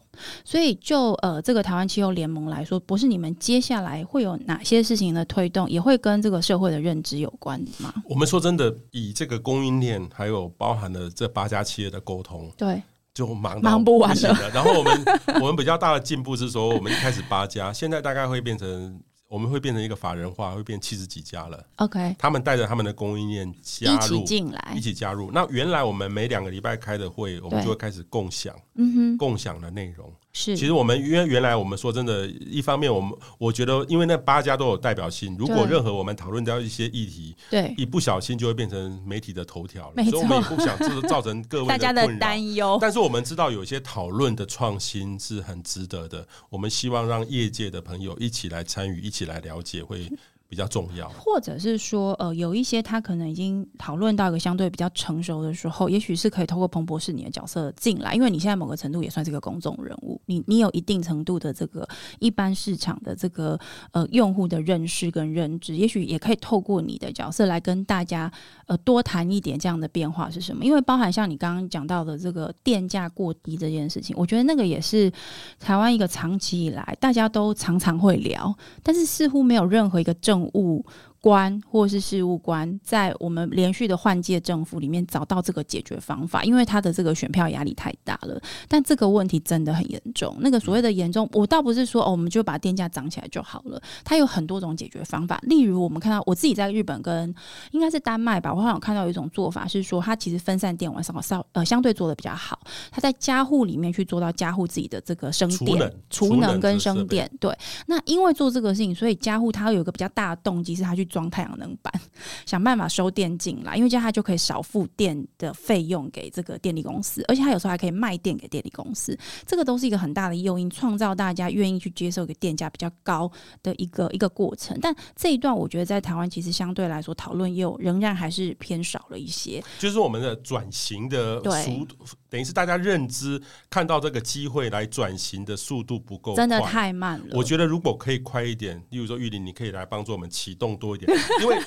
Speaker 1: 所以就呃这个台湾气候联盟来说，博士你们接下来会有哪些事情的推动，也会跟这个社会的认知有关吗？
Speaker 2: 我们说真的，以这个供应链还有包含了这八家企业的沟通，
Speaker 1: 对，
Speaker 2: 就忙到
Speaker 1: 忙不完
Speaker 2: 行
Speaker 1: 了。
Speaker 2: 的。然后我们 我们比较大的进步是说，我们一开始八家，现在大概会变成我们会变成一个法人化，会变七十几家了。
Speaker 1: OK，
Speaker 2: 他们带着他们的供应链加
Speaker 1: 一
Speaker 2: 入
Speaker 1: 起进来
Speaker 2: 一，起加入。那原来我们每两个礼拜开的会，我们
Speaker 1: 对
Speaker 2: 就会开始共享
Speaker 1: 嗯哼，
Speaker 2: 共享的内容。
Speaker 1: 是，
Speaker 2: 其实我们因为原来我们说真的，一方面我们我觉得，因为那八家都有代表性，如果
Speaker 1: 对
Speaker 2: 任何我们讨论到一些议题，
Speaker 1: 对
Speaker 2: 一不小心就会变成媒体的头条了，
Speaker 1: 没
Speaker 2: 所以我们也
Speaker 1: 错
Speaker 2: 不想制造成各位
Speaker 1: 大家
Speaker 2: 的
Speaker 1: 的
Speaker 2: 困扰。
Speaker 1: 担忧，
Speaker 2: 但是我们知道有一些讨论的创新是很值得的，我们希望让业界的朋友一起来参与，一起来了解会比较重要。
Speaker 1: 或者是说，呃，有一些他可能已经讨论到一个相对比较成熟的时候，也许是可以透过彭博士你的角色进来，因为你现在某个程度也算是个公众人物，你你有一定程度的这个呃一般市场的这个呃用户的认识跟认知，也许也可以透过你的角色来跟大家呃多谈一点这样的变化是什么，因为包含像你刚刚讲到的这个电价过低这件事情，我觉得那个也是台湾一个长期以来大家都常常会聊，但是似乎没有任何一个政务。官或是事务官，在我们连续的换届政府里面找到这个解决方法，因为他的这个选票压力太大了。但这个问题真的很严重。那个所谓的严重，我倒不是说哦，我们就把电价涨起来就好了。它有很多种解决方法，例如我们看到我自己在日本跟应该是丹麦吧，我好像有看到有一种做法是说，它其实分散电网稍稍呃相对做的比较好，它在家户里面去做到家户自己的这个生
Speaker 2: 储
Speaker 1: 电
Speaker 2: 能、
Speaker 1: 储
Speaker 2: 储
Speaker 1: 能
Speaker 2: 能
Speaker 1: 跟
Speaker 2: 这设
Speaker 1: 生
Speaker 2: 备
Speaker 1: 电。对，那因为做这个事情，所以家户它有一个比较大的动机是它去装太阳能板， 想办法收电进来，因为这样它就可以少付电的费用给这个电力公司，而且它有时候还可以卖电给电力公司，这个都是一个很大的诱因，创造大家愿意去接受一个电价比较高的一个一个过程。但这一段我觉得在台湾其实相对来说讨论又仍然还是偏少了一些。
Speaker 2: 就是我们的转型的
Speaker 1: 对
Speaker 2: 速度，等于是大家认知看到这个机会来转型的速度不够快，
Speaker 1: 真的太慢了，
Speaker 2: 我觉得如果可以快一点，例如说玉林，你可以来帮助我们启动多 一点，因为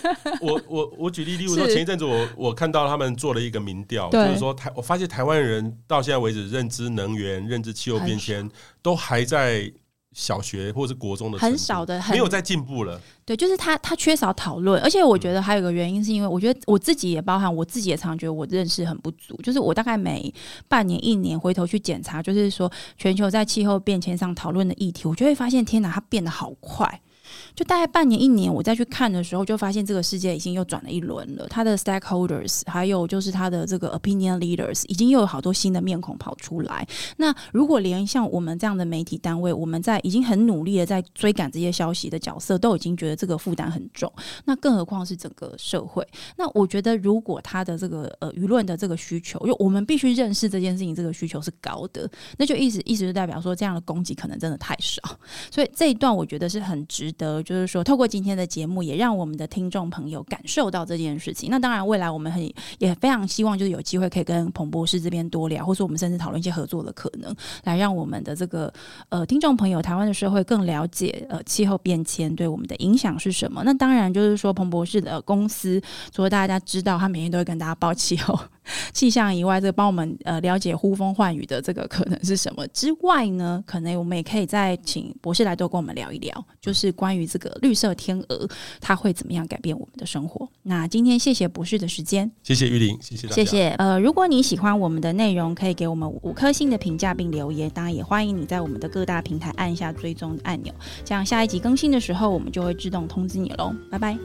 Speaker 2: 我我我举例，例如说
Speaker 1: 是
Speaker 2: 前一阵子我我看到他们做了一个民调，就
Speaker 1: 对
Speaker 2: 是说台，我发现台湾人到现在为止认知能源、认知气候变迁都还在小学或是国中的程
Speaker 1: 很
Speaker 2: 度
Speaker 1: 少的很
Speaker 2: 没有在进步了，
Speaker 1: 对，就是他他缺少讨论，而且我觉得还有一个原因，是因为我觉得我自己也包含我自己也常觉得我认识很不足，就是我大概每半年一年回头去检查，就是说全球在气候变迁上讨论的议题，我就会发现，天哪，它变得好快。就大概半年一年，我再去看的时候，就发现这个世界已经又转了一轮了。它的 stakeholders，还有就是它的这个 opinion leaders，已经又有好多新的面孔跑出来。那如果连像我们这样的媒体单位，我们在已经很努力的在追赶这些消息的角色，都已经觉得这个负担很重，那更何况是整个社会？那我觉得，如果他的这个呃舆论的这个需求，因为我们必须认识这件事情，这个需求是高的，那就意思意思就代表说，这样的供给可能真的太少。所以这一段我觉得是很值得，就是说透过今天的节目，也让我们的听众朋友感受到这件事情。那当然，未来我们很也非常希望就是有机会可以跟彭博士这边多聊，或是我们甚至讨论一些合作的可能，来让我们的这个呃听众朋友、台湾的社会更了解呃气候变迁对我们的影响是什么。那当然就是说，彭博士的公司除了大家知道，他每天都会跟大家报气候。哦气象以外，这个帮我们呃了解呼风唤雨的这个可能是什么之外呢？可能我们也可以再请博士来多跟我们聊一聊，就是关于这个绿色天鹅它会怎么样改变我们的生活。那今天谢谢博士的时间，
Speaker 2: 谢谢玉玲，谢谢大家，
Speaker 1: 谢谢。呃，如果你喜欢我们的内容，可以给我们五颗星的评价并留言，当然也欢迎你在我们的各大平台按下追踪按钮，这样下一集更新的时候我们就会自动通知你喽。拜拜。